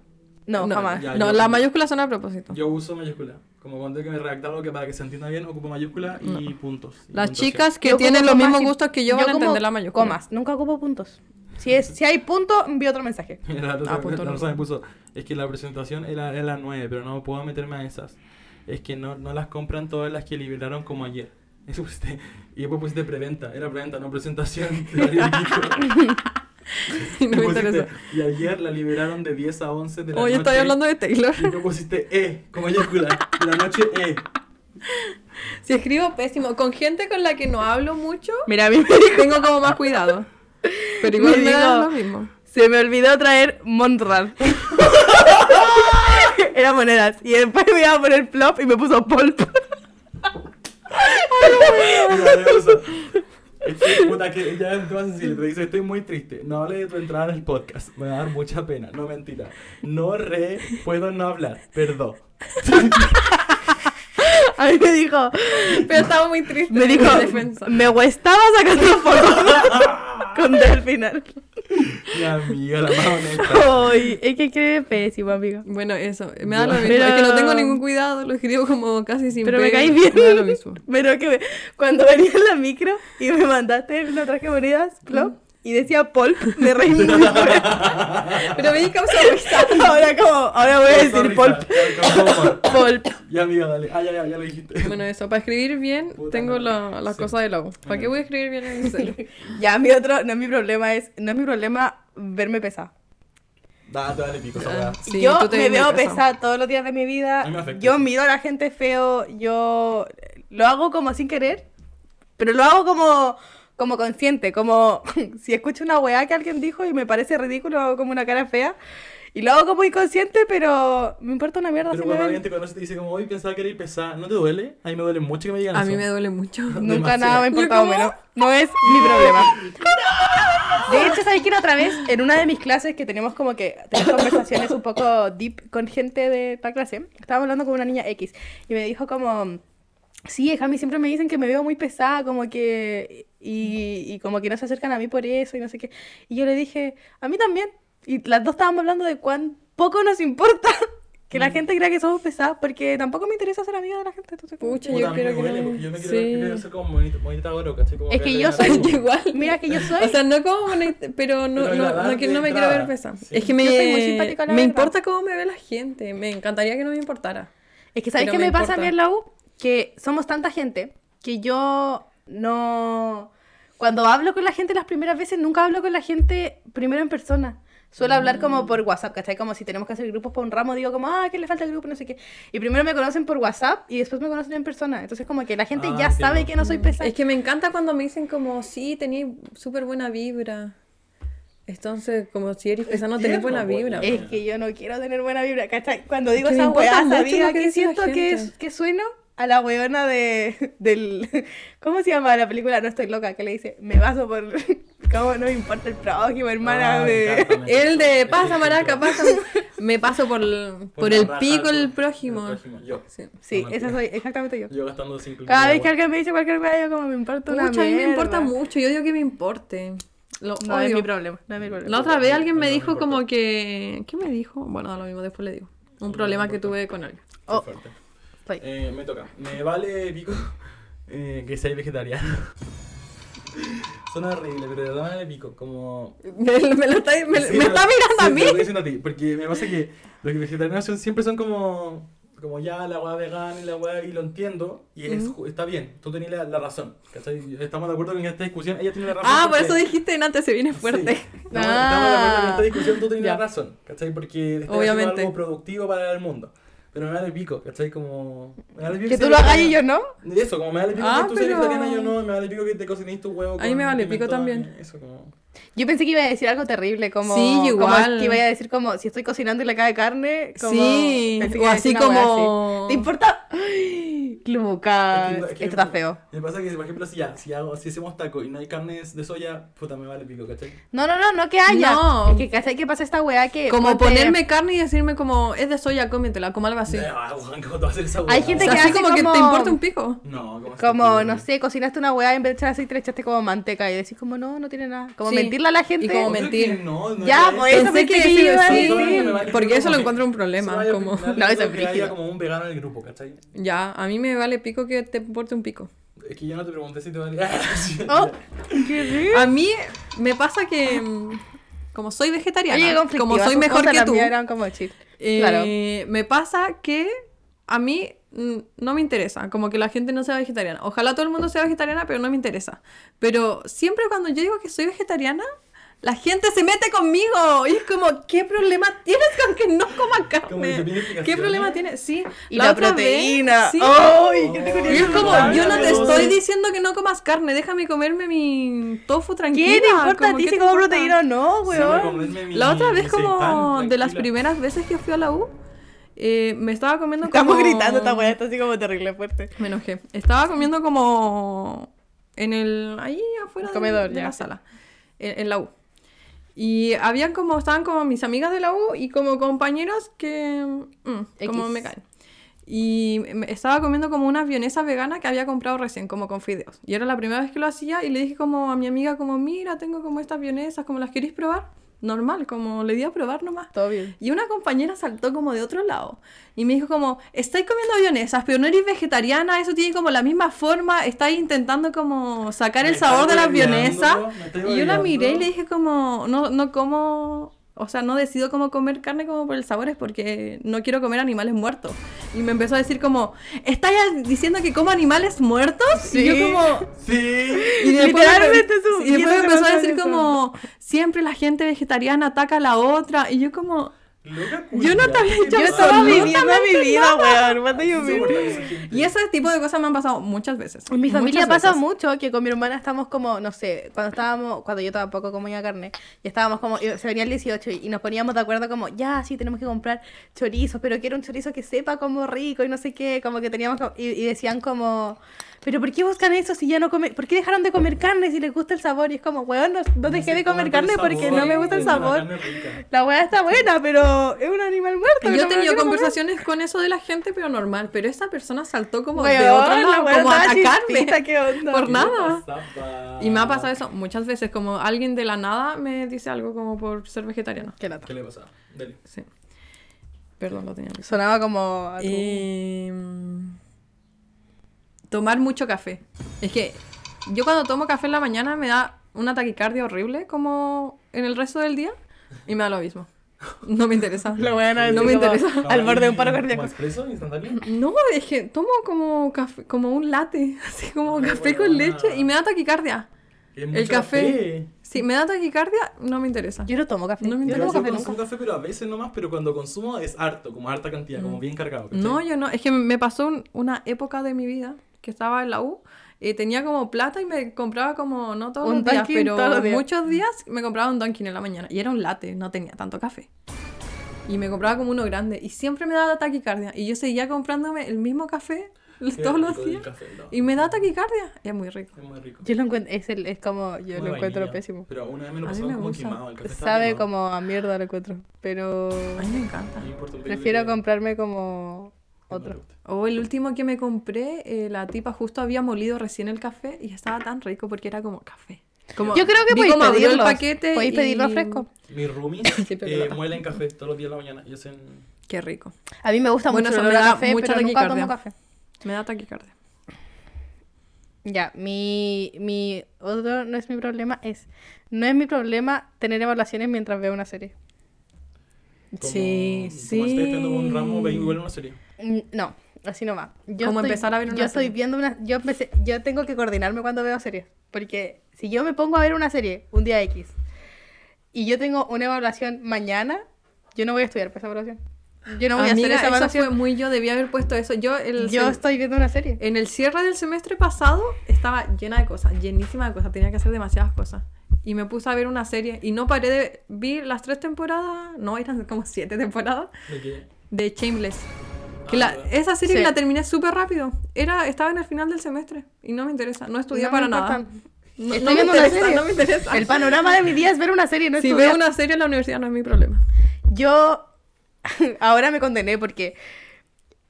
[SPEAKER 4] No, jamás.
[SPEAKER 3] ya.
[SPEAKER 2] No,
[SPEAKER 3] yo-
[SPEAKER 2] las mayúsculas son a propósito.
[SPEAKER 3] Yo uso mayúscula. Como cuando hay que redactar algo que para que se entienda bien, ocupo mayúscula y puntos. y
[SPEAKER 2] Mm. Las
[SPEAKER 3] puntuación.
[SPEAKER 2] chicas que
[SPEAKER 4] Yo
[SPEAKER 2] tienen
[SPEAKER 4] como
[SPEAKER 2] los mismos
[SPEAKER 4] comas y-
[SPEAKER 2] gustos que yo, van a
[SPEAKER 4] como
[SPEAKER 2] entender la mayúscula.
[SPEAKER 4] Comas, nunca ocupo puntos. Si, es, si hay punto, envío otro mensaje.
[SPEAKER 3] Mira, la
[SPEAKER 2] Ah,
[SPEAKER 3] Rosa,
[SPEAKER 2] punto
[SPEAKER 3] la
[SPEAKER 2] no.
[SPEAKER 3] Rosa me puso, es que la presentación era, era las 9, pero no puedo meterme a esas. Es que no, no las compran todas las que liberaron como ayer. Eso pusiste, y después pusiste preventa, era preventa, no presentación. Te valía el pico.
[SPEAKER 2] no
[SPEAKER 3] Y
[SPEAKER 2] me
[SPEAKER 3] pusiste,
[SPEAKER 2] interesa.
[SPEAKER 3] Y ayer la liberaron de 10 a 11 de la
[SPEAKER 2] Hoy
[SPEAKER 3] noche.
[SPEAKER 2] estoy hablando de Taylor.
[SPEAKER 3] Y tú pusiste E, con mayúscula, de la noche E.
[SPEAKER 2] Si escribo pésimo, con gente con la que no hablo mucho,
[SPEAKER 4] Mira, a mí
[SPEAKER 2] tengo como más cuidado. Pero igual
[SPEAKER 4] Me
[SPEAKER 2] me da
[SPEAKER 4] digo-
[SPEAKER 2] lo mismo.
[SPEAKER 4] se me olvidó traer Montral. Era monedas. Y después me iba a poner plop y me puso polp.
[SPEAKER 3] Mira, la Rosa, es que, puta, que ya es más sencillo. Te dice, estoy muy triste. No hable de tu entrada en el podcast. Me va a dar mucha pena. No, mentira. No re, puedo no hablar. Perdón.
[SPEAKER 4] A mí me dijo,
[SPEAKER 2] Pero estaba muy triste.
[SPEAKER 4] me dijo,
[SPEAKER 2] defensa.
[SPEAKER 4] me huestaba sacando fotos con D al final.
[SPEAKER 3] ¡Ah! Mi amiga, la más honesta.
[SPEAKER 4] Ay, es que quede pésimo, amigo.
[SPEAKER 2] Bueno, eso, me da
[SPEAKER 3] Ya.
[SPEAKER 2] lo mismo. Es que
[SPEAKER 4] Pero-
[SPEAKER 2] no tengo ningún cuidado, lo escribo como casi sin
[SPEAKER 4] Pero me
[SPEAKER 2] pega,
[SPEAKER 4] caí bien.
[SPEAKER 2] Me da lo mismo.
[SPEAKER 4] Pero que me- cuando venía en la micro y me mandaste una traje monedas, plop, y decía polp, me reí mucho.
[SPEAKER 2] Pero me causa risa.
[SPEAKER 4] Ahora como, ahora voy a decir polp.
[SPEAKER 3] Polp.
[SPEAKER 4] Polp.
[SPEAKER 3] Ya, amiga, dale. Ah, ya, ya, ya lo dijiste.
[SPEAKER 2] Bueno, eso, para escribir bien
[SPEAKER 3] Puta,
[SPEAKER 2] tengo
[SPEAKER 3] no.
[SPEAKER 2] la- las
[SPEAKER 3] Sí.
[SPEAKER 2] cosas de la U. ¿Para qué
[SPEAKER 3] Ajá.
[SPEAKER 2] voy a escribir bien en el celu?
[SPEAKER 4] Ya, mi otro, no es mi problema, es, no es mi problema verme pesada.
[SPEAKER 3] Da, dale pico, esa weá.
[SPEAKER 2] Ah, Sí,
[SPEAKER 4] yo
[SPEAKER 2] tú te
[SPEAKER 4] me
[SPEAKER 2] ves
[SPEAKER 4] veo
[SPEAKER 2] muy pesado.
[SPEAKER 4] pesada todos los días de mi vida.
[SPEAKER 3] A mí me afecta
[SPEAKER 4] Yo
[SPEAKER 3] eso.
[SPEAKER 4] miro a la gente feo, yo eh, lo hago como sin querer, pero lo hago como, como consciente, como si escucho una weá que alguien dijo y me parece ridículo, hago como una cara fea. Y lo hago como inconsciente, pero me importa una mierda.
[SPEAKER 3] Pero
[SPEAKER 4] si me
[SPEAKER 3] cuando
[SPEAKER 4] ven.
[SPEAKER 3] alguien te conoce te dice como, hoy pensaba que era pesada, ¿no te duele? A mí me duele mucho que me digan
[SPEAKER 2] A
[SPEAKER 3] eso.
[SPEAKER 2] mí me duele mucho.
[SPEAKER 4] Nunca
[SPEAKER 3] Demasiado.
[SPEAKER 4] nada me
[SPEAKER 2] Yo
[SPEAKER 4] ha importado
[SPEAKER 2] como-
[SPEAKER 4] menos. No es mi problema. De hecho, ¿sabes que la otra vez? En una de mis clases que teníamos como que tener conversaciones un poco deep con gente de la clase, estaba hablando con una niña X y me dijo como... Sí, es que a mí siempre me dicen que me veo muy pesada, como que... Y, y como que no se acercan a mí por eso y no sé qué. Y yo le dije, a mí también. Y las dos estábamos hablando de cuán poco nos importa que la gente crea que somos pesadas, porque tampoco me interesa ser amiga de la gente. entonces como-
[SPEAKER 2] Pucha,
[SPEAKER 3] Puta,
[SPEAKER 2] yo
[SPEAKER 3] a mí
[SPEAKER 2] quiero
[SPEAKER 3] me duele,
[SPEAKER 2] que no-
[SPEAKER 3] porque yo me quiero,
[SPEAKER 2] Sí.
[SPEAKER 3] yo quiero ser como bonita, bonita ahora, ¿cachai? Como
[SPEAKER 4] Es que yo
[SPEAKER 3] le-
[SPEAKER 4] soy-
[SPEAKER 2] Igual.
[SPEAKER 4] Mira que yo soy...
[SPEAKER 2] O sea, no como bonita, pero no,
[SPEAKER 3] Pero la
[SPEAKER 2] no,
[SPEAKER 3] edad
[SPEAKER 2] no, que-
[SPEAKER 3] de
[SPEAKER 2] no me quiero ver
[SPEAKER 3] entrada,
[SPEAKER 2] pesada.
[SPEAKER 3] sí.
[SPEAKER 2] Es que me,
[SPEAKER 4] Yo soy muy simpática, la
[SPEAKER 2] me
[SPEAKER 4] verdad.
[SPEAKER 2] importa cómo me ve la gente. Me encantaría que no me importara.
[SPEAKER 4] Es que, ¿sabes
[SPEAKER 2] Pero
[SPEAKER 4] qué
[SPEAKER 2] me
[SPEAKER 4] me, pasa a mí
[SPEAKER 2] importa.
[SPEAKER 4] en la U? Que somos tanta gente que yo no. Cuando hablo con la gente las primeras veces, nunca hablo con la gente primero en persona. Suelo hablar como por WhatsApp, ¿cachai? Como si tenemos que hacer grupos para un ramo, digo como, ah, ¿qué le falta al grupo? No sé qué. Y primero me conocen por WhatsApp y después me conocen en persona. Entonces, como que la gente
[SPEAKER 3] Ah,
[SPEAKER 4] ya
[SPEAKER 3] entiendo.
[SPEAKER 4] sabe que no soy pesada.
[SPEAKER 2] Es que me encanta cuando me dicen como, sí, tenía súper buena vibra. Entonces, como si eres pesada, no tenés
[SPEAKER 3] tierno,
[SPEAKER 2] buena
[SPEAKER 3] po.
[SPEAKER 2] vibra.
[SPEAKER 4] Es que yo no quiero tener buena vibra, ¿cachai? Cuando digo
[SPEAKER 2] Que me
[SPEAKER 4] esa
[SPEAKER 2] importa
[SPEAKER 4] weá,
[SPEAKER 2] mucho
[SPEAKER 4] sabía
[SPEAKER 2] lo que dice
[SPEAKER 4] que
[SPEAKER 2] la
[SPEAKER 4] siento que,
[SPEAKER 2] gente.
[SPEAKER 4] es- que sueno a la weona de, del... ¿Cómo se llama la película? No estoy loca, que le dice, me baso por... ¿Cómo no me importa el prójimo, hermana?
[SPEAKER 3] Ah, me
[SPEAKER 4] de...
[SPEAKER 3] encanta, me
[SPEAKER 2] El
[SPEAKER 3] encanta.
[SPEAKER 2] de
[SPEAKER 3] Ese
[SPEAKER 2] pasa,
[SPEAKER 3] ejemplo.
[SPEAKER 2] maraca, pasa. Me paso por el, por el
[SPEAKER 3] raja,
[SPEAKER 2] pico el
[SPEAKER 3] por-
[SPEAKER 2] prójimo.
[SPEAKER 3] el prójimo, Yo.
[SPEAKER 2] Sí.
[SPEAKER 4] Sí,
[SPEAKER 3] No,
[SPEAKER 4] esa
[SPEAKER 3] mentira.
[SPEAKER 4] soy exactamente yo.
[SPEAKER 3] Yo gastando 5
[SPEAKER 4] Cada vez que alguien me dice cualquier cosa, yo como me importa una
[SPEAKER 2] Pucha, a mí me importa
[SPEAKER 4] mierda".
[SPEAKER 2] mucho. Yo digo que me importe. Lo
[SPEAKER 4] No
[SPEAKER 2] odio.
[SPEAKER 4] es mi problema, no es mi problema.
[SPEAKER 2] La otra vez alguien
[SPEAKER 3] No
[SPEAKER 2] me
[SPEAKER 3] me
[SPEAKER 2] dijo
[SPEAKER 3] importa.
[SPEAKER 2] como que... ¿Qué me dijo? Bueno, lo mismo después le digo. Un
[SPEAKER 3] me
[SPEAKER 2] problema que
[SPEAKER 3] importa.
[SPEAKER 2] tuve con alguien.
[SPEAKER 4] Oh.
[SPEAKER 3] fuerte.
[SPEAKER 4] Soy-
[SPEAKER 3] Eh, me toca. Me vale pico eh, que seáis vegetarianos. Son horribles, pero de verdad me pico. Como.
[SPEAKER 2] Me, me lo está, me,
[SPEAKER 3] Sí,
[SPEAKER 2] me está
[SPEAKER 3] no,
[SPEAKER 2] mirando a
[SPEAKER 3] sí,
[SPEAKER 2] mí.
[SPEAKER 3] Te lo estoy diciendo a ti, porque me pasa que los vegetarianos son- siempre son como, como ya la weá vegana y la weá, y lo entiendo, y es ju- está bien, tú tenías la, la razón, ¿cachai? Estamos de acuerdo con esta discusión, ella tiene la razón.
[SPEAKER 2] Ah, por
[SPEAKER 3] porque-
[SPEAKER 2] eso dijiste en antes se viene
[SPEAKER 3] Sí.
[SPEAKER 2] fuerte.
[SPEAKER 3] Estamos, estamos de acuerdo con
[SPEAKER 4] Ah.
[SPEAKER 3] esta discusión, tú tenías
[SPEAKER 2] Ya.
[SPEAKER 3] la razón, ¿cachai? Porque estás
[SPEAKER 2] Obviamente.
[SPEAKER 3] haciendo algo productivo para el mundo. Pero me da el pico, ¿cachai? Como... Me da el pico
[SPEAKER 4] Que
[SPEAKER 3] sea
[SPEAKER 4] tú lo hagas y
[SPEAKER 3] vegetariana.
[SPEAKER 4] yo no.
[SPEAKER 3] Eso, como me vale pico
[SPEAKER 2] Ah,
[SPEAKER 3] que tú seas
[SPEAKER 2] pero-
[SPEAKER 3] vegetariana, yo no, me vale pico que te cocinéis tu huevo
[SPEAKER 2] A mí me vale pico también.
[SPEAKER 3] Eso, como...
[SPEAKER 4] Yo pensé que iba a decir algo terrible, como.
[SPEAKER 2] Sí,
[SPEAKER 4] como
[SPEAKER 2] igual.
[SPEAKER 4] que iba a decir, como, si estoy cocinando y le cae carne. Como,
[SPEAKER 2] Sí,
[SPEAKER 4] pensé que
[SPEAKER 2] o
[SPEAKER 4] iba a decir
[SPEAKER 2] así
[SPEAKER 4] una wea
[SPEAKER 2] como-
[SPEAKER 4] así. ¿Te importa? Ay, Luca,
[SPEAKER 3] Es que- es que-
[SPEAKER 4] Esto Ah, está feo.
[SPEAKER 3] Me pasa que, por ejemplo, si, ya, si, hago, si hacemos taco y no hay carnes de soya, puta, me vale pico, ¿cachai?
[SPEAKER 4] No, no, no, no que haya.
[SPEAKER 2] No.
[SPEAKER 4] Es que, ¿cachai? ¿Qué pasa esta weá que.
[SPEAKER 2] Como
[SPEAKER 4] ponte-
[SPEAKER 2] ponerme carne y decirme como, es de soya, cómetela, como algo así.
[SPEAKER 3] No, ah, weón, ¿cómo te vas a hacer esa
[SPEAKER 4] Hay
[SPEAKER 3] hueá?
[SPEAKER 2] O
[SPEAKER 4] gente
[SPEAKER 2] sea,
[SPEAKER 4] que
[SPEAKER 2] así
[SPEAKER 4] hace
[SPEAKER 2] como, que
[SPEAKER 4] como-
[SPEAKER 2] te importa un pico.
[SPEAKER 3] No, ¿cómo
[SPEAKER 4] Como,
[SPEAKER 3] hacer?
[SPEAKER 4] no sé, cocinaste una weá y en vez de echar aceite le echaste como manteca y decís, como, no, no tiene nada. Como
[SPEAKER 2] Sí.
[SPEAKER 4] mentirle a la gente.
[SPEAKER 2] Y como
[SPEAKER 3] Yo creo
[SPEAKER 2] mentir.
[SPEAKER 3] que No, no
[SPEAKER 4] Ya,
[SPEAKER 3] es-
[SPEAKER 4] pues, Eso pensé que iba a
[SPEAKER 2] sí,
[SPEAKER 4] decir.
[SPEAKER 3] me vale
[SPEAKER 2] porque
[SPEAKER 3] pico
[SPEAKER 2] eso lo
[SPEAKER 3] como
[SPEAKER 2] encuentro
[SPEAKER 3] que-
[SPEAKER 2] un problema,
[SPEAKER 3] eso
[SPEAKER 2] como,
[SPEAKER 3] vale
[SPEAKER 4] No,
[SPEAKER 3] pico
[SPEAKER 4] eso es
[SPEAKER 3] que haya
[SPEAKER 4] brígido.
[SPEAKER 3] como un vegano en el grupo, ¿cachai?
[SPEAKER 2] ya, a mí me vale pico que te importe un pico.
[SPEAKER 3] Es que yo no te pregunté si te vale. Sí,
[SPEAKER 4] Oh,
[SPEAKER 3] ya.
[SPEAKER 4] qué rico.
[SPEAKER 2] A mí me pasa que, mm, como soy vegetariana,
[SPEAKER 4] Oye, conflictiva,
[SPEAKER 2] como soy
[SPEAKER 4] sus
[SPEAKER 2] mejor
[SPEAKER 4] cosas,
[SPEAKER 2] que
[SPEAKER 4] las
[SPEAKER 2] tú,
[SPEAKER 4] mías eran como chill.
[SPEAKER 2] eh,
[SPEAKER 4] Claro.
[SPEAKER 2] me pasa que a mí mm, no me interesa, como que la gente no sea vegetariana. Ojalá todo el mundo sea vegetariana, pero no me interesa. Pero siempre cuando yo digo que soy vegetariana, la gente se mete conmigo y es como, ¿qué problema tienes con que no coma
[SPEAKER 3] Como que
[SPEAKER 2] carne?
[SPEAKER 3] tiene explicación,
[SPEAKER 2] ¿Qué problema
[SPEAKER 3] ¿no?
[SPEAKER 2] tienes? Sí.
[SPEAKER 4] Y la,
[SPEAKER 2] otra vez-
[SPEAKER 4] proteína.
[SPEAKER 2] sí.
[SPEAKER 4] ¡Ay! qué
[SPEAKER 3] Oh.
[SPEAKER 4] te
[SPEAKER 2] Y es como,
[SPEAKER 3] Ay,
[SPEAKER 2] yo no te
[SPEAKER 3] Dios.
[SPEAKER 2] estoy diciendo que no comas carne, déjame comerme mi tofu tranquilo.
[SPEAKER 4] ¿Qué te importa a ti si como proteína o no,
[SPEAKER 3] Sí, voy a
[SPEAKER 4] weón?
[SPEAKER 3] comerme mi
[SPEAKER 2] La otra vez, como
[SPEAKER 3] seitán,
[SPEAKER 2] de las
[SPEAKER 3] tranquila.
[SPEAKER 2] primeras veces que fui a la U, eh, me estaba comiendo
[SPEAKER 4] Estamos
[SPEAKER 2] como-
[SPEAKER 4] gritando esta weá, está así como terrible fuerte.
[SPEAKER 2] Me enojé. Estaba comiendo como en el... ahí afuera del-
[SPEAKER 4] El comedor,
[SPEAKER 2] de,
[SPEAKER 4] ya.
[SPEAKER 2] la sala, en, en la U. Y habían como, estaban como mis amigas de la U y como compañeros que... mm, como
[SPEAKER 4] X.
[SPEAKER 2] me caen. Y me- estaba comiendo como una vienesa vegana que había comprado recién, como con fideos. Y era la primera vez que lo hacía y le dije como a mi amiga, como, mira, tengo como estas vienesas, como las queréis probar. Normal, como le di a probar nomás.
[SPEAKER 4] Todo bien.
[SPEAKER 2] Y una compañera saltó como de otro lado y me dijo como, estáis comiendo avionesas, pero no eres vegetariana, eso tiene como la misma forma, estáis intentando como sacar
[SPEAKER 3] Me
[SPEAKER 2] el sabor de
[SPEAKER 3] estáis
[SPEAKER 2] la
[SPEAKER 3] baileando,
[SPEAKER 2] avionesa.
[SPEAKER 3] me estáis
[SPEAKER 2] Y yo la
[SPEAKER 3] baileando.
[SPEAKER 2] miré y le dije como, no, no como, o sea, no decido cómo comer carne como por el sabor, es porque no quiero comer animales muertos. Y me empezó a decir como, ¿estáis diciendo que como animales muertos? Y yo
[SPEAKER 4] Sí.
[SPEAKER 2] como,
[SPEAKER 3] Sí.
[SPEAKER 2] y después,
[SPEAKER 4] Literalmente
[SPEAKER 2] me-
[SPEAKER 4] su-
[SPEAKER 2] y después me
[SPEAKER 4] yéndose
[SPEAKER 2] empezó a
[SPEAKER 4] contra
[SPEAKER 2] decir
[SPEAKER 4] eso.
[SPEAKER 2] como, siempre la gente vegetariana ataca a la otra. Y yo como, Yo no te había dicho
[SPEAKER 4] Yo
[SPEAKER 2] Yo
[SPEAKER 4] estaba
[SPEAKER 2] absolutamente
[SPEAKER 4] viviendo mi vida, weón. What do you mean?
[SPEAKER 2] Y ese tipo de cosas me han pasado muchas veces.
[SPEAKER 4] En mi familia
[SPEAKER 2] Muchas
[SPEAKER 4] pasa
[SPEAKER 2] veces.
[SPEAKER 4] mucho que con mi hermana estamos como, no sé, cuando estábamos, cuando yo tampoco comía carne, y estábamos como, y se venía el 18 y, y nos poníamos de acuerdo como, ya, sí, tenemos que comprar chorizos, pero quiero un chorizo que sepa como rico y no sé qué, como que teníamos, como- y, y decían como, pero ¿por qué buscan eso si ya no comen, por qué dejaron de comer carne si les gusta el sabor? Y es como, weón, no, no dejé de comer carne porque no me gusta el sabor. La weá está buena, pero es un animal muerto.
[SPEAKER 2] Y
[SPEAKER 4] no
[SPEAKER 2] yo he
[SPEAKER 4] me lo
[SPEAKER 2] tenido
[SPEAKER 4] quiero comer.
[SPEAKER 2] conversaciones con eso de la gente, pero normal. Pero esta persona saltó como de
[SPEAKER 4] Weón,
[SPEAKER 2] otro
[SPEAKER 4] la
[SPEAKER 2] lado,
[SPEAKER 4] weá
[SPEAKER 2] como a
[SPEAKER 4] estaba chispita,
[SPEAKER 2] atacarme.
[SPEAKER 4] ¿qué onda?
[SPEAKER 2] Por nada. Y me ha pasado eso muchas veces, como alguien de la nada me dice algo como por ser vegetariano.
[SPEAKER 4] Qué lata.
[SPEAKER 3] ¿Qué le pasa? Dale.
[SPEAKER 2] Sí. Perdón, lo tenía. que-
[SPEAKER 4] Sonaba como... a tu-
[SPEAKER 2] Eh, tomar mucho café. Es que yo cuando tomo café en la mañana me da una taquicardia horrible como en el resto del día y me da lo mismo. No me interesa.
[SPEAKER 4] Lo bueno es
[SPEAKER 2] No me
[SPEAKER 4] como
[SPEAKER 2] interesa.
[SPEAKER 4] Al borde de un paro cardíaco.
[SPEAKER 3] ¿Como expreso instantáneo?
[SPEAKER 2] No, es que tomo como café, como un latte, así como
[SPEAKER 3] Ay,
[SPEAKER 2] café
[SPEAKER 3] bueno,
[SPEAKER 2] con
[SPEAKER 3] nada.
[SPEAKER 2] leche y me da taquicardia.
[SPEAKER 3] Es mucho
[SPEAKER 2] café. Si me da taquicardia, no me interesa.
[SPEAKER 4] Yo no tomo café.
[SPEAKER 2] No me
[SPEAKER 4] yo
[SPEAKER 3] Yo
[SPEAKER 2] interesa.
[SPEAKER 4] tomo
[SPEAKER 3] sí
[SPEAKER 4] café
[SPEAKER 3] consumo
[SPEAKER 4] nunca.
[SPEAKER 3] café, pero a veces nomás, pero cuando consumo es harto, como harta cantidad,
[SPEAKER 4] Mm.
[SPEAKER 3] como bien cargado. ¿cachai?
[SPEAKER 2] No, yo no. Es que me pasó un- una época de mi vida que estaba en la U y tenía como plata y me compraba como, no todos
[SPEAKER 4] Un
[SPEAKER 2] los días,
[SPEAKER 4] Dunkin'
[SPEAKER 2] pero
[SPEAKER 4] todos los días.
[SPEAKER 2] muchos días me compraba un Dunkin' en la mañana. Y era un latte, no tenía tanto café. Y me compraba como uno grande. Y siempre me daba taquicardia. Y yo seguía comprándome el mismo café
[SPEAKER 3] Qué
[SPEAKER 2] todos los
[SPEAKER 3] rico el
[SPEAKER 2] días.
[SPEAKER 3] café, no.
[SPEAKER 2] Y me da taquicardia. Es muy rico.
[SPEAKER 3] Es muy rico.
[SPEAKER 4] Yo lo encuentro, es, el, es como, yo
[SPEAKER 3] Muy
[SPEAKER 4] lo encuentro
[SPEAKER 3] vainilla.
[SPEAKER 4] pésimo.
[SPEAKER 3] Pero una vez me lo
[SPEAKER 2] A mí
[SPEAKER 3] pasaron
[SPEAKER 2] me
[SPEAKER 3] como
[SPEAKER 2] gusta.
[SPEAKER 3] quemado. El café estaba
[SPEAKER 4] Sabe
[SPEAKER 3] quemado.
[SPEAKER 4] como a mierda lo encuentro, pero
[SPEAKER 2] A mí me encanta.
[SPEAKER 3] No me importa un pico
[SPEAKER 4] prefiero
[SPEAKER 3] que-
[SPEAKER 4] comprarme como
[SPEAKER 3] que no le
[SPEAKER 4] otro.
[SPEAKER 3] guste.
[SPEAKER 2] O Oh, el último que me compré, eh, la tipa justo había molido recién el café y estaba tan rico porque era como café. Como,
[SPEAKER 4] Yo creo que
[SPEAKER 2] vi
[SPEAKER 4] podéis
[SPEAKER 2] cómo abrió
[SPEAKER 4] pedirlos.
[SPEAKER 2] el paquete
[SPEAKER 4] Podéis
[SPEAKER 2] y-
[SPEAKER 4] pedirlo fresco.
[SPEAKER 3] Mis roomies
[SPEAKER 2] Siempre me
[SPEAKER 3] eh,
[SPEAKER 2] lo-
[SPEAKER 3] muelen café todos los días de la mañana y hacen...
[SPEAKER 2] Qué rico.
[SPEAKER 4] A mí me gusta
[SPEAKER 2] Bueno,
[SPEAKER 4] mucho
[SPEAKER 2] eso
[SPEAKER 4] el
[SPEAKER 2] me
[SPEAKER 4] olor a
[SPEAKER 2] da
[SPEAKER 4] café,
[SPEAKER 2] mucha
[SPEAKER 4] pero nunca
[SPEAKER 2] taquicardia.
[SPEAKER 4] tomo café.
[SPEAKER 2] Me da taquicardia.
[SPEAKER 4] Ya, mi, mi otro no es mi problema es, no es mi problema tener evaluaciones mientras veo una serie.
[SPEAKER 3] Como-
[SPEAKER 2] Sí,
[SPEAKER 3] Como
[SPEAKER 2] sí.
[SPEAKER 3] estés teniendo un ramo, ve igual una serie.
[SPEAKER 4] Mm, No, así no va. Yo
[SPEAKER 2] Como empezar a ver una
[SPEAKER 4] Yo estoy
[SPEAKER 2] serie.
[SPEAKER 4] viendo una... Yo, empecé- yo tengo que coordinarme cuando veo series. Porque si yo me pongo a ver una serie un día X y yo tengo una evaluación mañana, yo no voy a estudiar para esa evaluación. Yo no voy
[SPEAKER 2] Amiga,
[SPEAKER 4] a hacer esa
[SPEAKER 2] eso fue
[SPEAKER 4] evaluación.
[SPEAKER 2] muy yo, debía haber puesto eso. Yo, el
[SPEAKER 4] Yo
[SPEAKER 2] sem-
[SPEAKER 4] estoy viendo una serie.
[SPEAKER 2] en el cierre del semestre pasado estaba llena de cosas, llenísima de cosas, tenía que hacer demasiadas cosas. Y me puse a ver una serie y no paré de... Vi las tres temporadas, no, eran como siete temporadas,
[SPEAKER 3] De que,
[SPEAKER 2] de Shameless. Que
[SPEAKER 3] Ah,
[SPEAKER 2] la-
[SPEAKER 3] ¿verdad?
[SPEAKER 2] esa serie
[SPEAKER 4] Sí.
[SPEAKER 2] la terminé súper rápido. Era, estaba en el final del semestre y no me interesa, no estudié
[SPEAKER 4] No me
[SPEAKER 2] para nada.
[SPEAKER 4] importan.
[SPEAKER 2] No,
[SPEAKER 4] Estoy
[SPEAKER 2] no me
[SPEAKER 4] viendo una
[SPEAKER 2] interesa,
[SPEAKER 4] serie.
[SPEAKER 2] no me interesa.
[SPEAKER 4] El panorama de mi día es ver una serie, no
[SPEAKER 2] si
[SPEAKER 4] estudiar.
[SPEAKER 2] veo una serie en la universidad no es mi problema.
[SPEAKER 4] Yo ahora me condené porque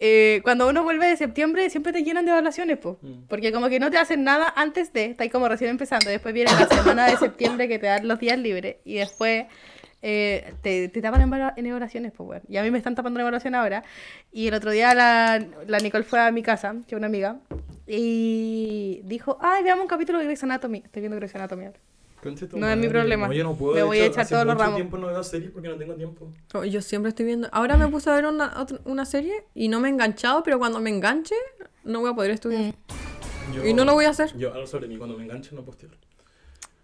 [SPEAKER 4] eh, cuando uno vuelve de septiembre siempre te llenan de evaluaciones, po.
[SPEAKER 3] Mm.
[SPEAKER 4] Porque como que no te hacen nada antes de, está ahí como recién empezando. Después viene la semana de septiembre que te dan los días libres y después eh, te, te tapan en, valua- en evaluaciones, pues, weón. Y a mí me están tapando en evaluación ahora. Y el otro día la, la Nicole fue a mi casa, que es una amiga, y dijo, ay, veamos un capítulo de Grey's Anatomy. Estoy viendo Grey's Anatomy ahora.
[SPEAKER 3] conche tu
[SPEAKER 4] No es mi
[SPEAKER 3] madre,
[SPEAKER 4] problema.
[SPEAKER 3] No, yo no puedo.
[SPEAKER 4] Me
[SPEAKER 3] de
[SPEAKER 4] voy a
[SPEAKER 3] hecho,
[SPEAKER 4] echar
[SPEAKER 3] hace
[SPEAKER 4] todos los
[SPEAKER 3] mucho
[SPEAKER 4] ramos.
[SPEAKER 3] tiempo no veo series porque no tengo tiempo.
[SPEAKER 2] Oh, Yo siempre estoy viendo. Ahora me puse a ver una, otra- una serie y no me he enganchado, pero cuando me enganche no voy a poder estudiar.
[SPEAKER 3] Yo-
[SPEAKER 2] Y no lo voy a hacer.
[SPEAKER 3] Yo, algo sobre mí, cuando me enganche no posteo.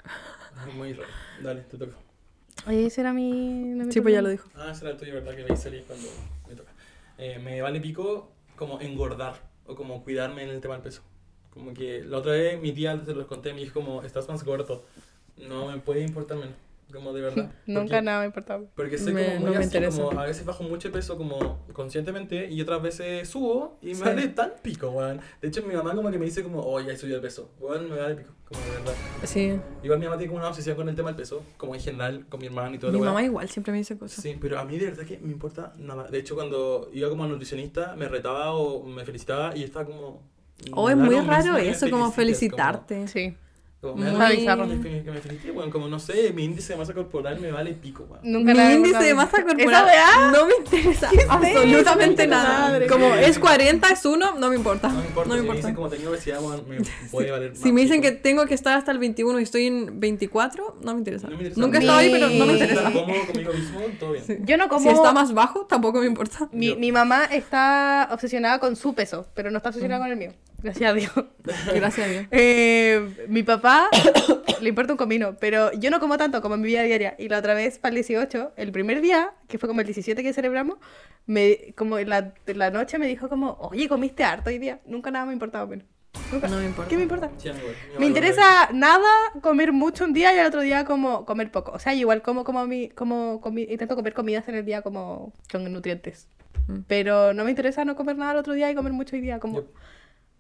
[SPEAKER 3] Ah, Muy raro. Dale, te toca.
[SPEAKER 4] Ese era mi... no mi
[SPEAKER 2] Sí, pues ya
[SPEAKER 4] problema.
[SPEAKER 2] lo dijo.
[SPEAKER 3] Ah, será el tuyo, ¿verdad? Que veis series cuando me toca. Eh, me vale pico como engordar o como cuidarme en el tema del peso. Como que la otra vez mi tía se los conté, me dijo como, estás más gordo. No me puede importar menos, como de verdad.
[SPEAKER 4] Nunca
[SPEAKER 3] Porque-
[SPEAKER 4] nada me importaba.
[SPEAKER 3] Porque soy
[SPEAKER 2] Me-
[SPEAKER 3] como muy
[SPEAKER 2] no me
[SPEAKER 3] así,
[SPEAKER 2] interesa.
[SPEAKER 3] como a veces bajo mucho de peso como conscientemente y otras veces subo y me
[SPEAKER 2] Sí.
[SPEAKER 3] vale tan pico, weón. De hecho, mi mamá como que me dice como, oh, ya he subido el peso. Weón, me vale pico, como de verdad.
[SPEAKER 2] Sí.
[SPEAKER 3] Igual mi mamá tiene como una obsesión con el tema del peso, como en general, con mi hermano y todo
[SPEAKER 2] Mi
[SPEAKER 3] lo
[SPEAKER 2] mamá igual siempre me dice cosas.
[SPEAKER 3] Sí, pero a mí de verdad que me importa nada. De hecho, cuando iba como al nutricionista, me retaba o me felicitaba y estaba como...
[SPEAKER 2] Oh,
[SPEAKER 3] me
[SPEAKER 2] es
[SPEAKER 3] da
[SPEAKER 2] muy
[SPEAKER 3] lo mismo
[SPEAKER 2] raro
[SPEAKER 3] que me
[SPEAKER 2] eso, como
[SPEAKER 3] felicites,
[SPEAKER 2] felicitarte.
[SPEAKER 4] Sí.
[SPEAKER 3] Como, como me da
[SPEAKER 4] Muy
[SPEAKER 3] lo mismo
[SPEAKER 4] bizarro.
[SPEAKER 3] que me- que me felicite, weón, como no sé, mi índice de masa corporal me vale pico, weón.
[SPEAKER 4] Nunca
[SPEAKER 2] Mi
[SPEAKER 4] nada me
[SPEAKER 2] índice
[SPEAKER 4] importaba.
[SPEAKER 2] de masa
[SPEAKER 4] Esa weá
[SPEAKER 2] corporal no me interesa absolutamente nada.
[SPEAKER 4] madre?
[SPEAKER 2] Como es 40, es 1, no me importa.
[SPEAKER 3] No me importa,
[SPEAKER 2] No me
[SPEAKER 3] si me dicen
[SPEAKER 2] importa.
[SPEAKER 3] como tenía obesidad, weón, me puede valer más
[SPEAKER 2] Si me dicen que
[SPEAKER 3] pico.
[SPEAKER 2] tengo que estar hasta el 21 y estoy en 24, no me interesa.
[SPEAKER 3] No me interesa.
[SPEAKER 2] Nunca he
[SPEAKER 4] Mi-
[SPEAKER 2] estado ahí, pero no me interesa.
[SPEAKER 3] Como conmigo mismo, todo bien.
[SPEAKER 4] Yo no como...
[SPEAKER 2] Si está más bajo, tampoco me importa.
[SPEAKER 4] mi,
[SPEAKER 3] Yo.
[SPEAKER 4] mi mamá está obsesionada con su peso, pero no está obsesionada
[SPEAKER 2] Mm.
[SPEAKER 4] con el mío. Gracias a Dios.
[SPEAKER 2] Gracias a Dios.
[SPEAKER 4] Eh, mi papá le importa un comino, pero yo no como tanto como en mi vida diaria. Y la otra vez, para el 18, el primer día, que fue como el 17 que celebramos, me, como en la, en la noche me dijo como, oye, comiste harto hoy día. Nunca nada me importaba, pero... Nunca.
[SPEAKER 2] No me importa.
[SPEAKER 4] ¿Qué me importa?
[SPEAKER 3] Sí, amigo, igual,
[SPEAKER 4] Me
[SPEAKER 3] igual,
[SPEAKER 4] interesa nada comer mucho un día y al otro día como comer poco. O sea, igual como, como, mi, como comi- intento comer comidas en el día como con nutrientes.
[SPEAKER 2] Mm.
[SPEAKER 4] Pero no me interesa no comer nada el otro día y comer mucho hoy día. Como,
[SPEAKER 3] Yo.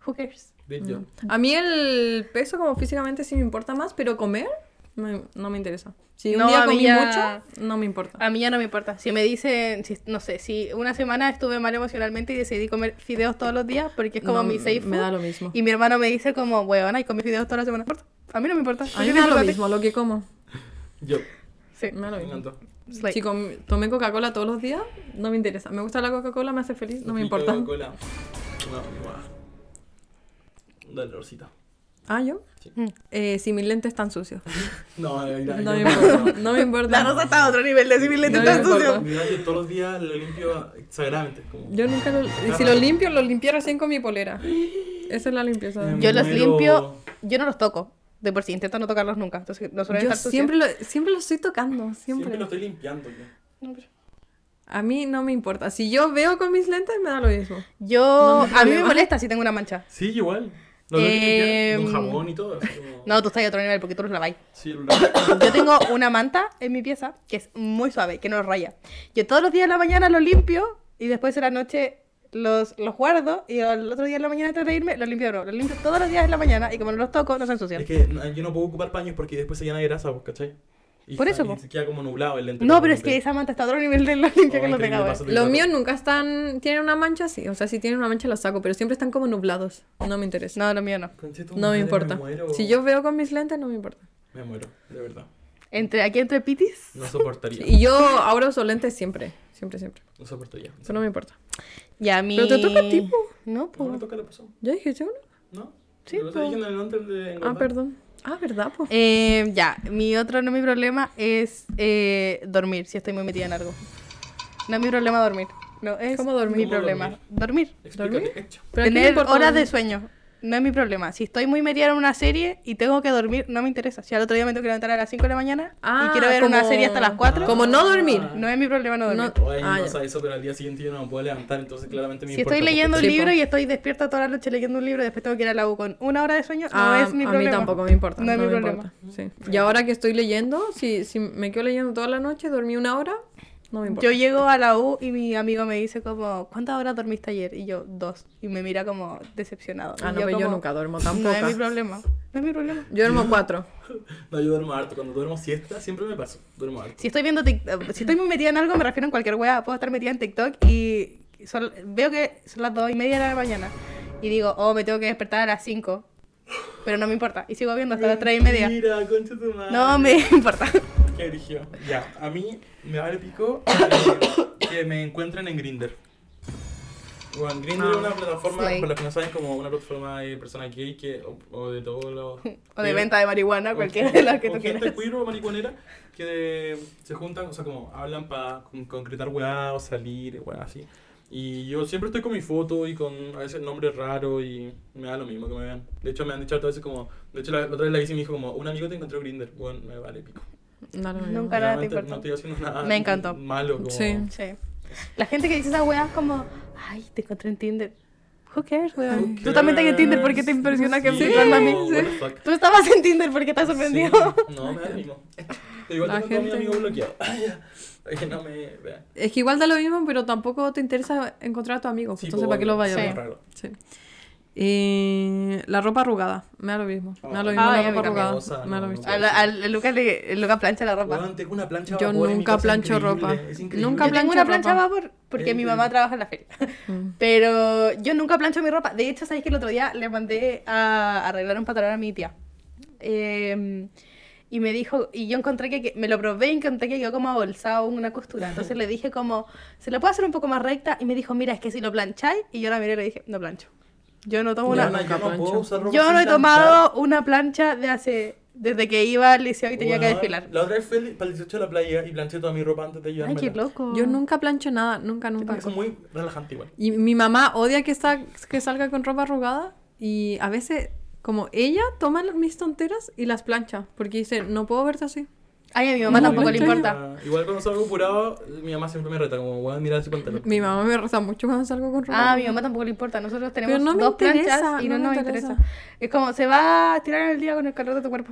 [SPEAKER 4] who cares?
[SPEAKER 3] igual. Yo.
[SPEAKER 2] A mí el peso como físicamente sí me importa más, pero comer me- no me interesa. Si un
[SPEAKER 4] No, a
[SPEAKER 2] día
[SPEAKER 4] mí
[SPEAKER 2] comí
[SPEAKER 4] ya-
[SPEAKER 2] mucho, no me importa.
[SPEAKER 4] A mí ya no me importa. Si me dicen, si- no sé, si una semana estuve mal emocionalmente y decidí comer fideos todos los días porque es
[SPEAKER 2] No,
[SPEAKER 4] como mi safe
[SPEAKER 2] Me
[SPEAKER 4] food,
[SPEAKER 2] da lo mismo.
[SPEAKER 4] Y mi hermano me dice como, huevona, y comí fideos toda la semana. A mí no me importa.
[SPEAKER 2] A mí me da lo mismo lo que como. Mm.
[SPEAKER 3] Yo.
[SPEAKER 4] Sí.
[SPEAKER 2] Me da lo
[SPEAKER 3] Me
[SPEAKER 2] mismo.
[SPEAKER 3] encantó.
[SPEAKER 4] Slay.
[SPEAKER 2] Si com- tomé Coca-Cola todos los días, no me interesa. Me gusta la Coca-Cola, me hace feliz, no me
[SPEAKER 3] Pico,
[SPEAKER 2] importa.
[SPEAKER 3] cola. Mua, mua. Dale, Rosita.
[SPEAKER 2] Ah, yo.
[SPEAKER 4] Mm.
[SPEAKER 2] Eh, si mis lentes están sucios.
[SPEAKER 3] No, eh, mira,
[SPEAKER 2] No me
[SPEAKER 3] yo-
[SPEAKER 2] importa. No me
[SPEAKER 4] La
[SPEAKER 2] importa.
[SPEAKER 4] rosa está a otro nivel de civil
[SPEAKER 2] No me
[SPEAKER 4] tan sucio.
[SPEAKER 2] importa.
[SPEAKER 3] Mira, yo todos los días lo limpio sagradamente. Como.
[SPEAKER 2] Yo nunca lo. Y si lo limpio, lo limpié recién con mi polera. Esa es la limpieza. de mí.
[SPEAKER 4] Yo los
[SPEAKER 3] Muero.
[SPEAKER 4] limpio, yo no los toco. De por sí, intento no tocarlos nunca. Entonces, no suelen
[SPEAKER 2] Yo
[SPEAKER 4] estar sucios.
[SPEAKER 2] siempre lo, siempre lo estoy tocando.
[SPEAKER 3] Siempre.
[SPEAKER 2] Siempre.
[SPEAKER 3] lo estoy limpiando. yo.
[SPEAKER 2] A mí no me importa. Si yo veo con mis lentes, me da lo mismo. No me
[SPEAKER 4] Yo, a mí me
[SPEAKER 2] problema.
[SPEAKER 4] molesta si tengo una mancha.
[SPEAKER 3] Sí, igual. Lo tengo que
[SPEAKER 4] Em,
[SPEAKER 3] limpiar con jabón y todo. así como-
[SPEAKER 4] No, tú estás a otro nivel porque tú los laváis.
[SPEAKER 3] Sí, lo lavo.
[SPEAKER 4] Yo tengo una manta en mi pieza que es muy suave, que no raya. Yo todos los días en la mañana los limpio y después en la noche los, los guardo y el otro día en la mañana antes de irme los limpio de nuevo. Los limpio todos los días en la mañana y como no los toco, no se ensucian.
[SPEAKER 3] Es que no, yo no puedo ocupar paños porque después se llena de grasa, pues, ¿cachai? Y
[SPEAKER 4] Por
[SPEAKER 3] está-
[SPEAKER 4] eso,
[SPEAKER 3] y
[SPEAKER 4] po.
[SPEAKER 3] se queda como nublado el lente.
[SPEAKER 4] No,
[SPEAKER 3] cuando
[SPEAKER 4] pero
[SPEAKER 3] lo
[SPEAKER 4] es que
[SPEAKER 3] limpias.
[SPEAKER 4] esa manta está a otro nivel de lo limpio que
[SPEAKER 3] Oh,
[SPEAKER 4] los
[SPEAKER 3] increíble,
[SPEAKER 4] tengo.
[SPEAKER 3] pasa
[SPEAKER 4] ahora.
[SPEAKER 3] todo el
[SPEAKER 2] Los
[SPEAKER 3] rato.
[SPEAKER 2] míos nunca están. Tienen una mancha, sí. O sea, si tienen una mancha, la saco. Pero siempre están como nublados. No me interesa.
[SPEAKER 4] No, lo mío no.
[SPEAKER 3] Conche tu
[SPEAKER 2] No me
[SPEAKER 3] madre,
[SPEAKER 2] importa.
[SPEAKER 3] muero.
[SPEAKER 2] Si yo veo con mis lentes, no me importa.
[SPEAKER 3] Me muero, de verdad.
[SPEAKER 4] Entre, aquí entre pitis.
[SPEAKER 3] No soportaría.
[SPEAKER 2] Y yo ahora uso lentes siempre. Siempre, siempre.
[SPEAKER 3] No soportaría.
[SPEAKER 2] Eso no me importa.
[SPEAKER 4] Ya, mi...
[SPEAKER 2] Pero te toca a ti, po.
[SPEAKER 4] No,
[SPEAKER 3] No
[SPEAKER 4] po.
[SPEAKER 3] me toca la persona.
[SPEAKER 2] ¿Ya dije yo no?
[SPEAKER 3] ¿No?
[SPEAKER 4] Sí,
[SPEAKER 3] Lo que te
[SPEAKER 4] po.
[SPEAKER 3] dije en el antes de
[SPEAKER 2] Ah,
[SPEAKER 3] engordar.
[SPEAKER 2] perdón. Ah, ¿verdad? po?
[SPEAKER 4] Eh, ya, mi otro no es mi problema es eh, dormir, si estoy muy metida en algo. No es mi problema dormir. No, es
[SPEAKER 2] ¿Cómo dormir?
[SPEAKER 4] mi
[SPEAKER 3] ¿Cómo
[SPEAKER 4] problema. Dormir.
[SPEAKER 3] Explícate,
[SPEAKER 2] ¿Dormir?
[SPEAKER 3] cacha.
[SPEAKER 2] ¿Pero a quién le
[SPEAKER 4] Tener
[SPEAKER 2] importa
[SPEAKER 4] horas de
[SPEAKER 2] dormir?
[SPEAKER 4] sueño. No es mi problema. Si estoy muy metida en una serie y tengo que dormir, no me interesa. Si al otro día me tengo que levantar a las 5 de la mañana
[SPEAKER 2] Ah,
[SPEAKER 4] y quiero ver una
[SPEAKER 2] como-
[SPEAKER 4] serie hasta las 4,
[SPEAKER 2] Como no dormir.
[SPEAKER 4] no es mi problema no dormir.
[SPEAKER 3] Hoy
[SPEAKER 2] Ah,
[SPEAKER 3] me
[SPEAKER 2] ya.
[SPEAKER 3] pasa eso, pero al día siguiente yo no me puedo levantar, entonces claramente me
[SPEAKER 4] Si
[SPEAKER 3] importa
[SPEAKER 4] estoy
[SPEAKER 3] poco.
[SPEAKER 4] leyendo un
[SPEAKER 2] Sí, po.
[SPEAKER 4] libro y estoy despierta toda la noche leyendo un libro y después tengo que ir a la U con una hora de sueño,
[SPEAKER 2] Ah,
[SPEAKER 4] no es mi
[SPEAKER 2] a
[SPEAKER 4] problema.
[SPEAKER 2] mí tampoco me importa.
[SPEAKER 4] No es mi
[SPEAKER 2] me
[SPEAKER 4] problema.
[SPEAKER 2] importa, sí. Y ahora que estoy leyendo, si, si me quedo leyendo toda la noche, dormí una hora, no me importa.
[SPEAKER 4] Yo llego a la U y mi amigo me dice como, ¿cuántas horas dormiste ayer? Y yo, dos. Y me mira como decepcionado.
[SPEAKER 2] ah,
[SPEAKER 4] Y
[SPEAKER 2] no, pero yo
[SPEAKER 4] como,
[SPEAKER 2] nunca duermo
[SPEAKER 4] No
[SPEAKER 2] tampoco.
[SPEAKER 4] es mi problema. No es mi problema.
[SPEAKER 2] Yo duermo cuatro.
[SPEAKER 3] No, yo duermo harto. Cuando duermo siesta, siempre me paso. Duermo harto.
[SPEAKER 4] Si estoy viendo TikTok, si estoy muy metida en algo, me refiero en cualquier wea, puedo estar metida en TikTok y sol- veo que son las dos y media de la mañana. Y digo, oh, me tengo que despertar a las cinco. Pero no me importa. Y sigo viendo hasta las tres y media.
[SPEAKER 3] Mira, concha tu madre.
[SPEAKER 4] No me importa.
[SPEAKER 3] Qué dirigió. Ya, a mí me vale pico eh, que me encuentren en Grinder. Bueno,
[SPEAKER 4] Ah,
[SPEAKER 3] Grinder es una plataforma,
[SPEAKER 4] Slay.
[SPEAKER 3] para los que no saben, como una plataforma de personas gay que, o, o de todos los.
[SPEAKER 4] O de venta de marihuana, cualquiera de las que tú
[SPEAKER 3] o gente
[SPEAKER 4] quieras.
[SPEAKER 3] queer o marihuanera que se juntan, o sea, como hablan para concretar weá o salir, weá así. Y yo siempre estoy con mi foto y con a veces nombres raros y me da lo mismo que me vean. De hecho, me han dicho a veces como. De hecho, la, la otra vez la hice y me dijo como: Un amigo te encontró Grinder. Bueno, me vale pico.
[SPEAKER 2] No, no, no, no.
[SPEAKER 4] Nunca. Para nada te
[SPEAKER 3] Realmente
[SPEAKER 4] importa.
[SPEAKER 3] no estoy haciendo nada
[SPEAKER 4] Me encantó.
[SPEAKER 3] malo. Como...
[SPEAKER 2] Sí.
[SPEAKER 4] Sí. La gente que dice esa wea es como, ay, te encontré en Tinder. Who cares, weón?
[SPEAKER 3] Who
[SPEAKER 4] Tú también estás en Tinder, ¿por qué te
[SPEAKER 3] cares?
[SPEAKER 4] impresiona que
[SPEAKER 3] Sí,
[SPEAKER 4] me encuentran a mí?
[SPEAKER 3] what the fuck.
[SPEAKER 4] Tú estabas en Tinder, ¿por qué estás sorprendido?
[SPEAKER 3] Sí, No, me da lo mismo. Te digo,
[SPEAKER 2] La
[SPEAKER 3] tengo todo mi
[SPEAKER 2] gente-
[SPEAKER 3] amigo bloqueado. Es que no me vean.
[SPEAKER 2] Es que igual da lo mismo, pero tampoco te interesa encontrar a tu amigo.
[SPEAKER 3] Sí,
[SPEAKER 2] entonces,
[SPEAKER 3] po,
[SPEAKER 2] ¿para qué lo vayas a
[SPEAKER 4] Sí.
[SPEAKER 2] ver? Sí. Y la ropa arrugada, me da lo mismo. Me da lo mismo
[SPEAKER 4] Ah,
[SPEAKER 2] la
[SPEAKER 4] ya me
[SPEAKER 2] ropa
[SPEAKER 4] cambió.
[SPEAKER 2] arrugada.
[SPEAKER 3] Cosa,
[SPEAKER 2] me da lo
[SPEAKER 3] no,
[SPEAKER 2] mismo.
[SPEAKER 3] no.
[SPEAKER 4] A, la- a Lucas le el Lucas plancha la ropa.
[SPEAKER 3] Weón, tengo una plancha a
[SPEAKER 2] Yo
[SPEAKER 3] vapor en mi
[SPEAKER 2] nunca
[SPEAKER 3] casa,
[SPEAKER 2] plancho
[SPEAKER 3] increíble,
[SPEAKER 2] ropa.
[SPEAKER 3] es increíble.
[SPEAKER 2] Nunca
[SPEAKER 4] Yo
[SPEAKER 2] plancho
[SPEAKER 4] tengo
[SPEAKER 2] ropa.
[SPEAKER 4] una
[SPEAKER 2] Eh, Mm.
[SPEAKER 4] plancha a vapor porque mi mamá
[SPEAKER 3] Increíble.
[SPEAKER 4] trabaja en la feria. Pero yo nunca plancho mi ropa. De hecho, ¿sabéis que el otro día le mandé a arreglar un pantalón a mi tía? Eh, y me dijo, y yo encontré que, que- me lo probé y encontré que quedó como abolsado una costura. Entonces le dije como, ¿se lo puede hacer un poco más recta? Y me dijo, mira, es que si lo plancháis. Y yo la miré y le dije, no plancho. Yo no tomo
[SPEAKER 3] Weona,
[SPEAKER 4] una...
[SPEAKER 3] yo no puedo
[SPEAKER 2] plancho.
[SPEAKER 3] usar ropa
[SPEAKER 4] Yo no
[SPEAKER 3] sin
[SPEAKER 4] he
[SPEAKER 3] planchar.
[SPEAKER 4] tomado una plancha de hace... Desde que iba al liceo y tenía que
[SPEAKER 3] Weón,
[SPEAKER 4] desfilar.
[SPEAKER 3] La otra vez fui al- para el 18 de la playa y planché toda mi ropa antes de
[SPEAKER 4] Ay,
[SPEAKER 3] llevarme.
[SPEAKER 4] qué loco.
[SPEAKER 2] Yo nunca plancho nada, nunca, nunca.
[SPEAKER 3] Es muy relajante igual.
[SPEAKER 2] Y mi mamá odia que, sa- que salga con ropa arrugada y a veces, como ella, toma las- mis tonteras y las plancha porque dice, no puedo verte así.
[SPEAKER 4] Ay, a mi mamá
[SPEAKER 2] No,
[SPEAKER 4] tampoco le
[SPEAKER 2] plancha yo.
[SPEAKER 4] importa.
[SPEAKER 3] Ah, Igual cuando salgo apurado, mi mamá siempre me reta, como, weón, mira ese pantalón.
[SPEAKER 2] Mi mamá me reza mucho cuando salgo con ropa.
[SPEAKER 4] Ah, a mi mamá tampoco le importa. Nosotros tenemos
[SPEAKER 2] no me
[SPEAKER 4] dos
[SPEAKER 2] interesa,
[SPEAKER 4] planchas y no,
[SPEAKER 2] no me
[SPEAKER 4] nos interesa.
[SPEAKER 2] interesa.
[SPEAKER 4] Es como se va a tirar en el día con el calor de tu cuerpo.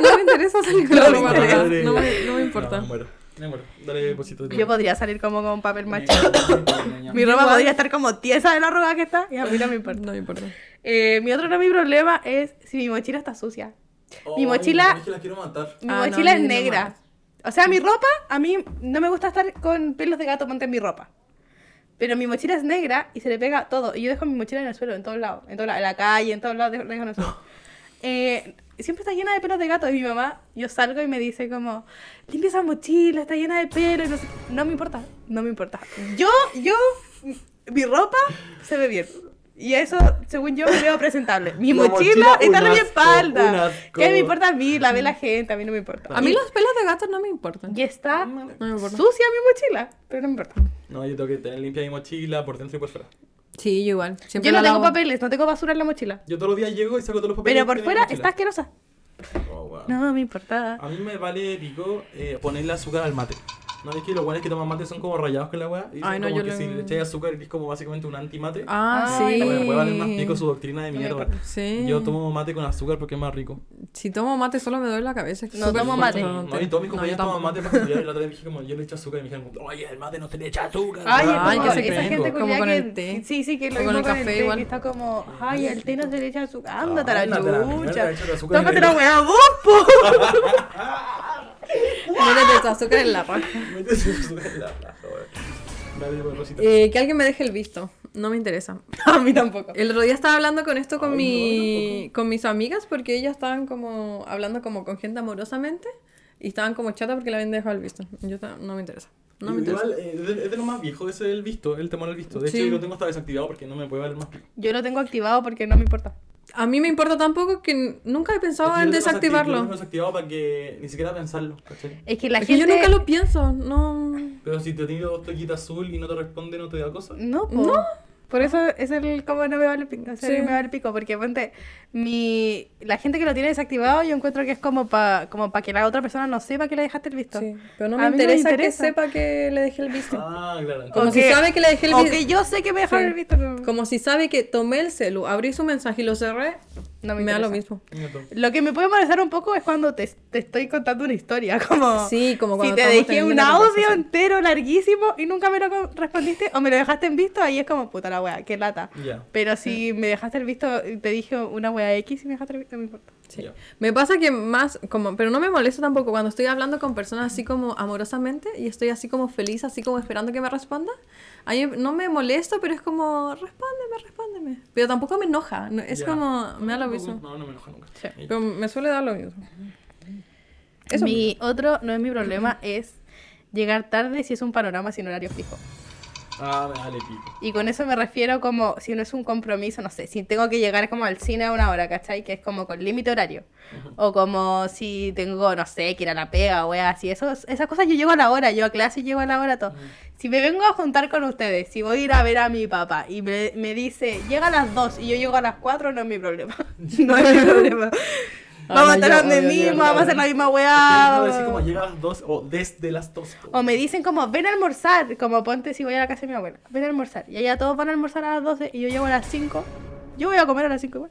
[SPEAKER 2] No me interesa salir con
[SPEAKER 4] No
[SPEAKER 2] la
[SPEAKER 4] me
[SPEAKER 2] ropa
[SPEAKER 4] interesa.
[SPEAKER 2] arrugada. No me, no me importa.
[SPEAKER 3] No, me muero. Me muero. Dale posito.
[SPEAKER 4] Yo podría salir como con papel macho. Mi
[SPEAKER 3] macho.
[SPEAKER 4] ropa
[SPEAKER 2] Igual.
[SPEAKER 4] podría estar como tiesa de la ropa que está y a mí no me importa.
[SPEAKER 2] No me importa.
[SPEAKER 4] Eh, mi otro no mi problema es si mi mochila está sucia. Mi mochila-
[SPEAKER 3] Es que Oh, la quiero matar.
[SPEAKER 4] Mi
[SPEAKER 2] Ah, no,
[SPEAKER 4] mochila
[SPEAKER 2] a mí
[SPEAKER 4] es
[SPEAKER 2] no
[SPEAKER 4] negra.
[SPEAKER 2] más.
[SPEAKER 4] O sea, mi ropa, a mí no me gusta estar con pelos de gato ponte en mi ropa. Pero mi mochila es negra y se le pega todo. Y yo dejo mi mochila en el suelo, en todos lados. En, todo la- en la calle, en todos lados, dejo, dejo en el suelo. Eh, siempre está llena de pelos de gato. Y mi mamá, yo salgo y me dice como, limpia esa mochila, está llena de pelo. y no, sé qué". No me importa, no me importa. Yo, yo, mi ropa se ve bien. Y eso, según yo, me veo presentable. Mi
[SPEAKER 3] La
[SPEAKER 4] mochila,
[SPEAKER 3] mochila,
[SPEAKER 4] está en
[SPEAKER 3] un
[SPEAKER 4] mi
[SPEAKER 3] asco, un
[SPEAKER 4] espalda.
[SPEAKER 3] asco.
[SPEAKER 4] ¿Qué me importa a mí? La ve la gente, a mí no me importa.
[SPEAKER 2] A mí los pelos de gato no me importan.
[SPEAKER 4] Y está
[SPEAKER 2] No me importa.
[SPEAKER 4] sucia mi mochila, pero no me importa.
[SPEAKER 3] No, yo tengo que tener limpia mi mochila por dentro y por fuera.
[SPEAKER 2] Sí, yo igual. Siempre
[SPEAKER 4] Yo no
[SPEAKER 2] la
[SPEAKER 4] tengo
[SPEAKER 2] lavo.
[SPEAKER 4] papeles, no tengo basura en la mochila.
[SPEAKER 3] Yo todos los días llego y saco todos los papeles.
[SPEAKER 4] Pero por
[SPEAKER 3] que tiene
[SPEAKER 4] fuera
[SPEAKER 3] mi
[SPEAKER 4] está
[SPEAKER 3] mochila.
[SPEAKER 4] asquerosa.
[SPEAKER 3] Oh, wow.
[SPEAKER 4] No me importa.
[SPEAKER 3] A mí me vale pico eh, ponerle azúcar al mate. No es que los guanes que toman mate son como rayados con la weá. Y dicen
[SPEAKER 2] Ay, no,
[SPEAKER 3] como
[SPEAKER 2] yo
[SPEAKER 3] que
[SPEAKER 2] le-
[SPEAKER 3] si le echáis azúcar es como básicamente un antimate. eh,
[SPEAKER 2] Ah,
[SPEAKER 4] Ay,
[SPEAKER 2] sí.
[SPEAKER 3] La weá, Me vale más pico su doctrina de mierda.
[SPEAKER 2] Sí.
[SPEAKER 3] Yo tomo mate con azúcar porque es más rico.
[SPEAKER 2] Si tomo mate solo me duele la cabeza. es
[SPEAKER 4] No
[SPEAKER 2] súper
[SPEAKER 4] tomo
[SPEAKER 2] fuerte
[SPEAKER 4] mate.
[SPEAKER 2] la
[SPEAKER 3] No, y todos mis compañeros
[SPEAKER 2] No, yo
[SPEAKER 3] toman
[SPEAKER 2] tampoco.
[SPEAKER 3] mate para estudiar. Y la otra vez dije, como yo le echo azúcar. Y me dijeron, como, oye, el mate no se le echa azúcar.
[SPEAKER 4] Ay, es
[SPEAKER 2] Ah, Ay,
[SPEAKER 4] como
[SPEAKER 2] que se
[SPEAKER 4] esa
[SPEAKER 2] creen,
[SPEAKER 4] gente
[SPEAKER 2] como
[SPEAKER 4] culiá
[SPEAKER 2] con
[SPEAKER 4] que-
[SPEAKER 2] el té.
[SPEAKER 4] Sí, sí, que lo
[SPEAKER 2] O con
[SPEAKER 4] mismo
[SPEAKER 2] el
[SPEAKER 4] con el
[SPEAKER 2] café
[SPEAKER 4] té,
[SPEAKER 2] igual.
[SPEAKER 4] que está como, ay, el té no se le echa azúcar. Ándate a la
[SPEAKER 3] Ándate a la mierda,
[SPEAKER 4] chucha.
[SPEAKER 3] échale azúcar en
[SPEAKER 4] Tómate
[SPEAKER 3] el
[SPEAKER 4] la
[SPEAKER 3] té.
[SPEAKER 4] hueá vos, po.
[SPEAKER 2] Métete tu azúcar en la raja.
[SPEAKER 3] Métese azúcar en la raja, weón. Dale, weón, Rosita.
[SPEAKER 2] Eh, que alguien me deje el visto. No me interesa.
[SPEAKER 4] A mí tampoco.
[SPEAKER 2] El otro día estaba hablando con esto con,
[SPEAKER 3] Ay, no,
[SPEAKER 2] mi, con mis amigas porque ellas estaban como hablando como con gente amorosamente y estaban como chata porque le habían dejado el visto. Yo ta- no me interesa. No me interesa.
[SPEAKER 3] Igual, eh, es de- es de lo más viejo ese del visto, el temor al visto. De
[SPEAKER 2] Sí.
[SPEAKER 3] hecho, yo lo tengo hasta desactivado porque no me puede valer más pico.
[SPEAKER 4] Yo lo tengo activado porque no me importa.
[SPEAKER 2] A mí me importa tampoco que n- nunca he pensado en desactivarlo.
[SPEAKER 3] desactivado para que ni siquiera pensarlo, ¿cachai?
[SPEAKER 4] Es que la
[SPEAKER 2] Es que
[SPEAKER 4] gente.
[SPEAKER 2] yo nunca lo pienso, no.
[SPEAKER 3] Pero si te tiro dos toquitas azul y no te responde, no te da cosa.
[SPEAKER 4] No, po.
[SPEAKER 2] No.
[SPEAKER 4] Por eso es el como no me vale el pico. O sea,
[SPEAKER 2] Sí.
[SPEAKER 4] no me vale el pico. Porque ponte, mi, la gente que lo tiene desactivado, yo encuentro que es como para como pa que la otra persona no sepa que le dejaste el visto.
[SPEAKER 2] Sí, pero no
[SPEAKER 4] A
[SPEAKER 2] me,
[SPEAKER 4] mí no me
[SPEAKER 2] interesa,
[SPEAKER 4] interesa.
[SPEAKER 2] que sepa que le dejé el visto.
[SPEAKER 3] Ah, claro.
[SPEAKER 2] Como
[SPEAKER 4] O
[SPEAKER 2] si
[SPEAKER 4] que-
[SPEAKER 2] sabe que le dejé el
[SPEAKER 4] O
[SPEAKER 2] visto.
[SPEAKER 4] que yo sé que me dejaron
[SPEAKER 2] Sí.
[SPEAKER 4] el visto. pero
[SPEAKER 2] Como si sabe que tomé el celu, abrí su mensaje y lo cerré,
[SPEAKER 4] No
[SPEAKER 2] me, da
[SPEAKER 4] interesa.
[SPEAKER 2] lo mismo.
[SPEAKER 3] Mira tú.
[SPEAKER 4] Lo que me puede molestar un poco es cuando te, te estoy contando una historia. Como,
[SPEAKER 2] Sí, como cuando
[SPEAKER 4] si te
[SPEAKER 2] estamos
[SPEAKER 4] dejé
[SPEAKER 2] teniendo
[SPEAKER 4] un
[SPEAKER 2] una
[SPEAKER 4] audio
[SPEAKER 2] conversación.
[SPEAKER 4] entero larguísimo y nunca me lo co- respondiste o me lo dejaste en visto, ahí es como puta la wea, qué lata.
[SPEAKER 3] Ya.
[SPEAKER 4] Pero si me dejaste el visto, te dije una wea X y me dejaste el visto, no me importa.
[SPEAKER 2] Sí.
[SPEAKER 3] Ya.
[SPEAKER 2] Me pasa que más, como, pero no me molesta tampoco cuando estoy hablando con personas así como amorosamente y estoy así como feliz, así como esperando que me responda. A mí no me molesto, pero es como, respóndeme, respóndeme. Pero tampoco me enoja, no- es
[SPEAKER 3] Ya.
[SPEAKER 2] como, me da lo
[SPEAKER 3] No,
[SPEAKER 2] mismo.
[SPEAKER 3] No, no me enoja nunca.
[SPEAKER 4] Sí.
[SPEAKER 3] Ahí.
[SPEAKER 2] Pero me suele dar lo mismo. Eso
[SPEAKER 4] mi otro, no es mi problema, es llegar tarde si es un panorama sin horario fijo.
[SPEAKER 3] Ah, me dale pico.
[SPEAKER 4] Y con eso me refiero como si no es un compromiso, no sé, si tengo que llegar como al cine a una hora, ¿cachai? Que es como con límite horario. O como si tengo, no sé, que ir a la pega o weá, así. Eso, esas cosas yo llego a la hora, yo a clase llego a la hora, todo. Si me vengo a juntar con ustedes, si voy a ir a ver a mi papá y me, me dice, llega a las 2 y yo llego a las 4, no es mi problema. no es mi problema.
[SPEAKER 2] Ah,
[SPEAKER 4] Vamos a
[SPEAKER 2] no,
[SPEAKER 4] estar
[SPEAKER 2] yo
[SPEAKER 4] donde
[SPEAKER 2] odio
[SPEAKER 4] mismo,
[SPEAKER 2] llegar
[SPEAKER 4] vamos a hacer la
[SPEAKER 3] tarde.
[SPEAKER 4] misma
[SPEAKER 3] Ah,
[SPEAKER 4] weá.
[SPEAKER 3] no, así
[SPEAKER 4] vamos-
[SPEAKER 3] como llega a las dos o desde las dos. po.
[SPEAKER 4] o me dicen como, ven a almorzar, como ponte si voy a la casa de mi abuela, ven a almorzar. Y allá todos van a almorzar a las 12 y yo llego a las 5. Yo voy a comer a las 5 igual.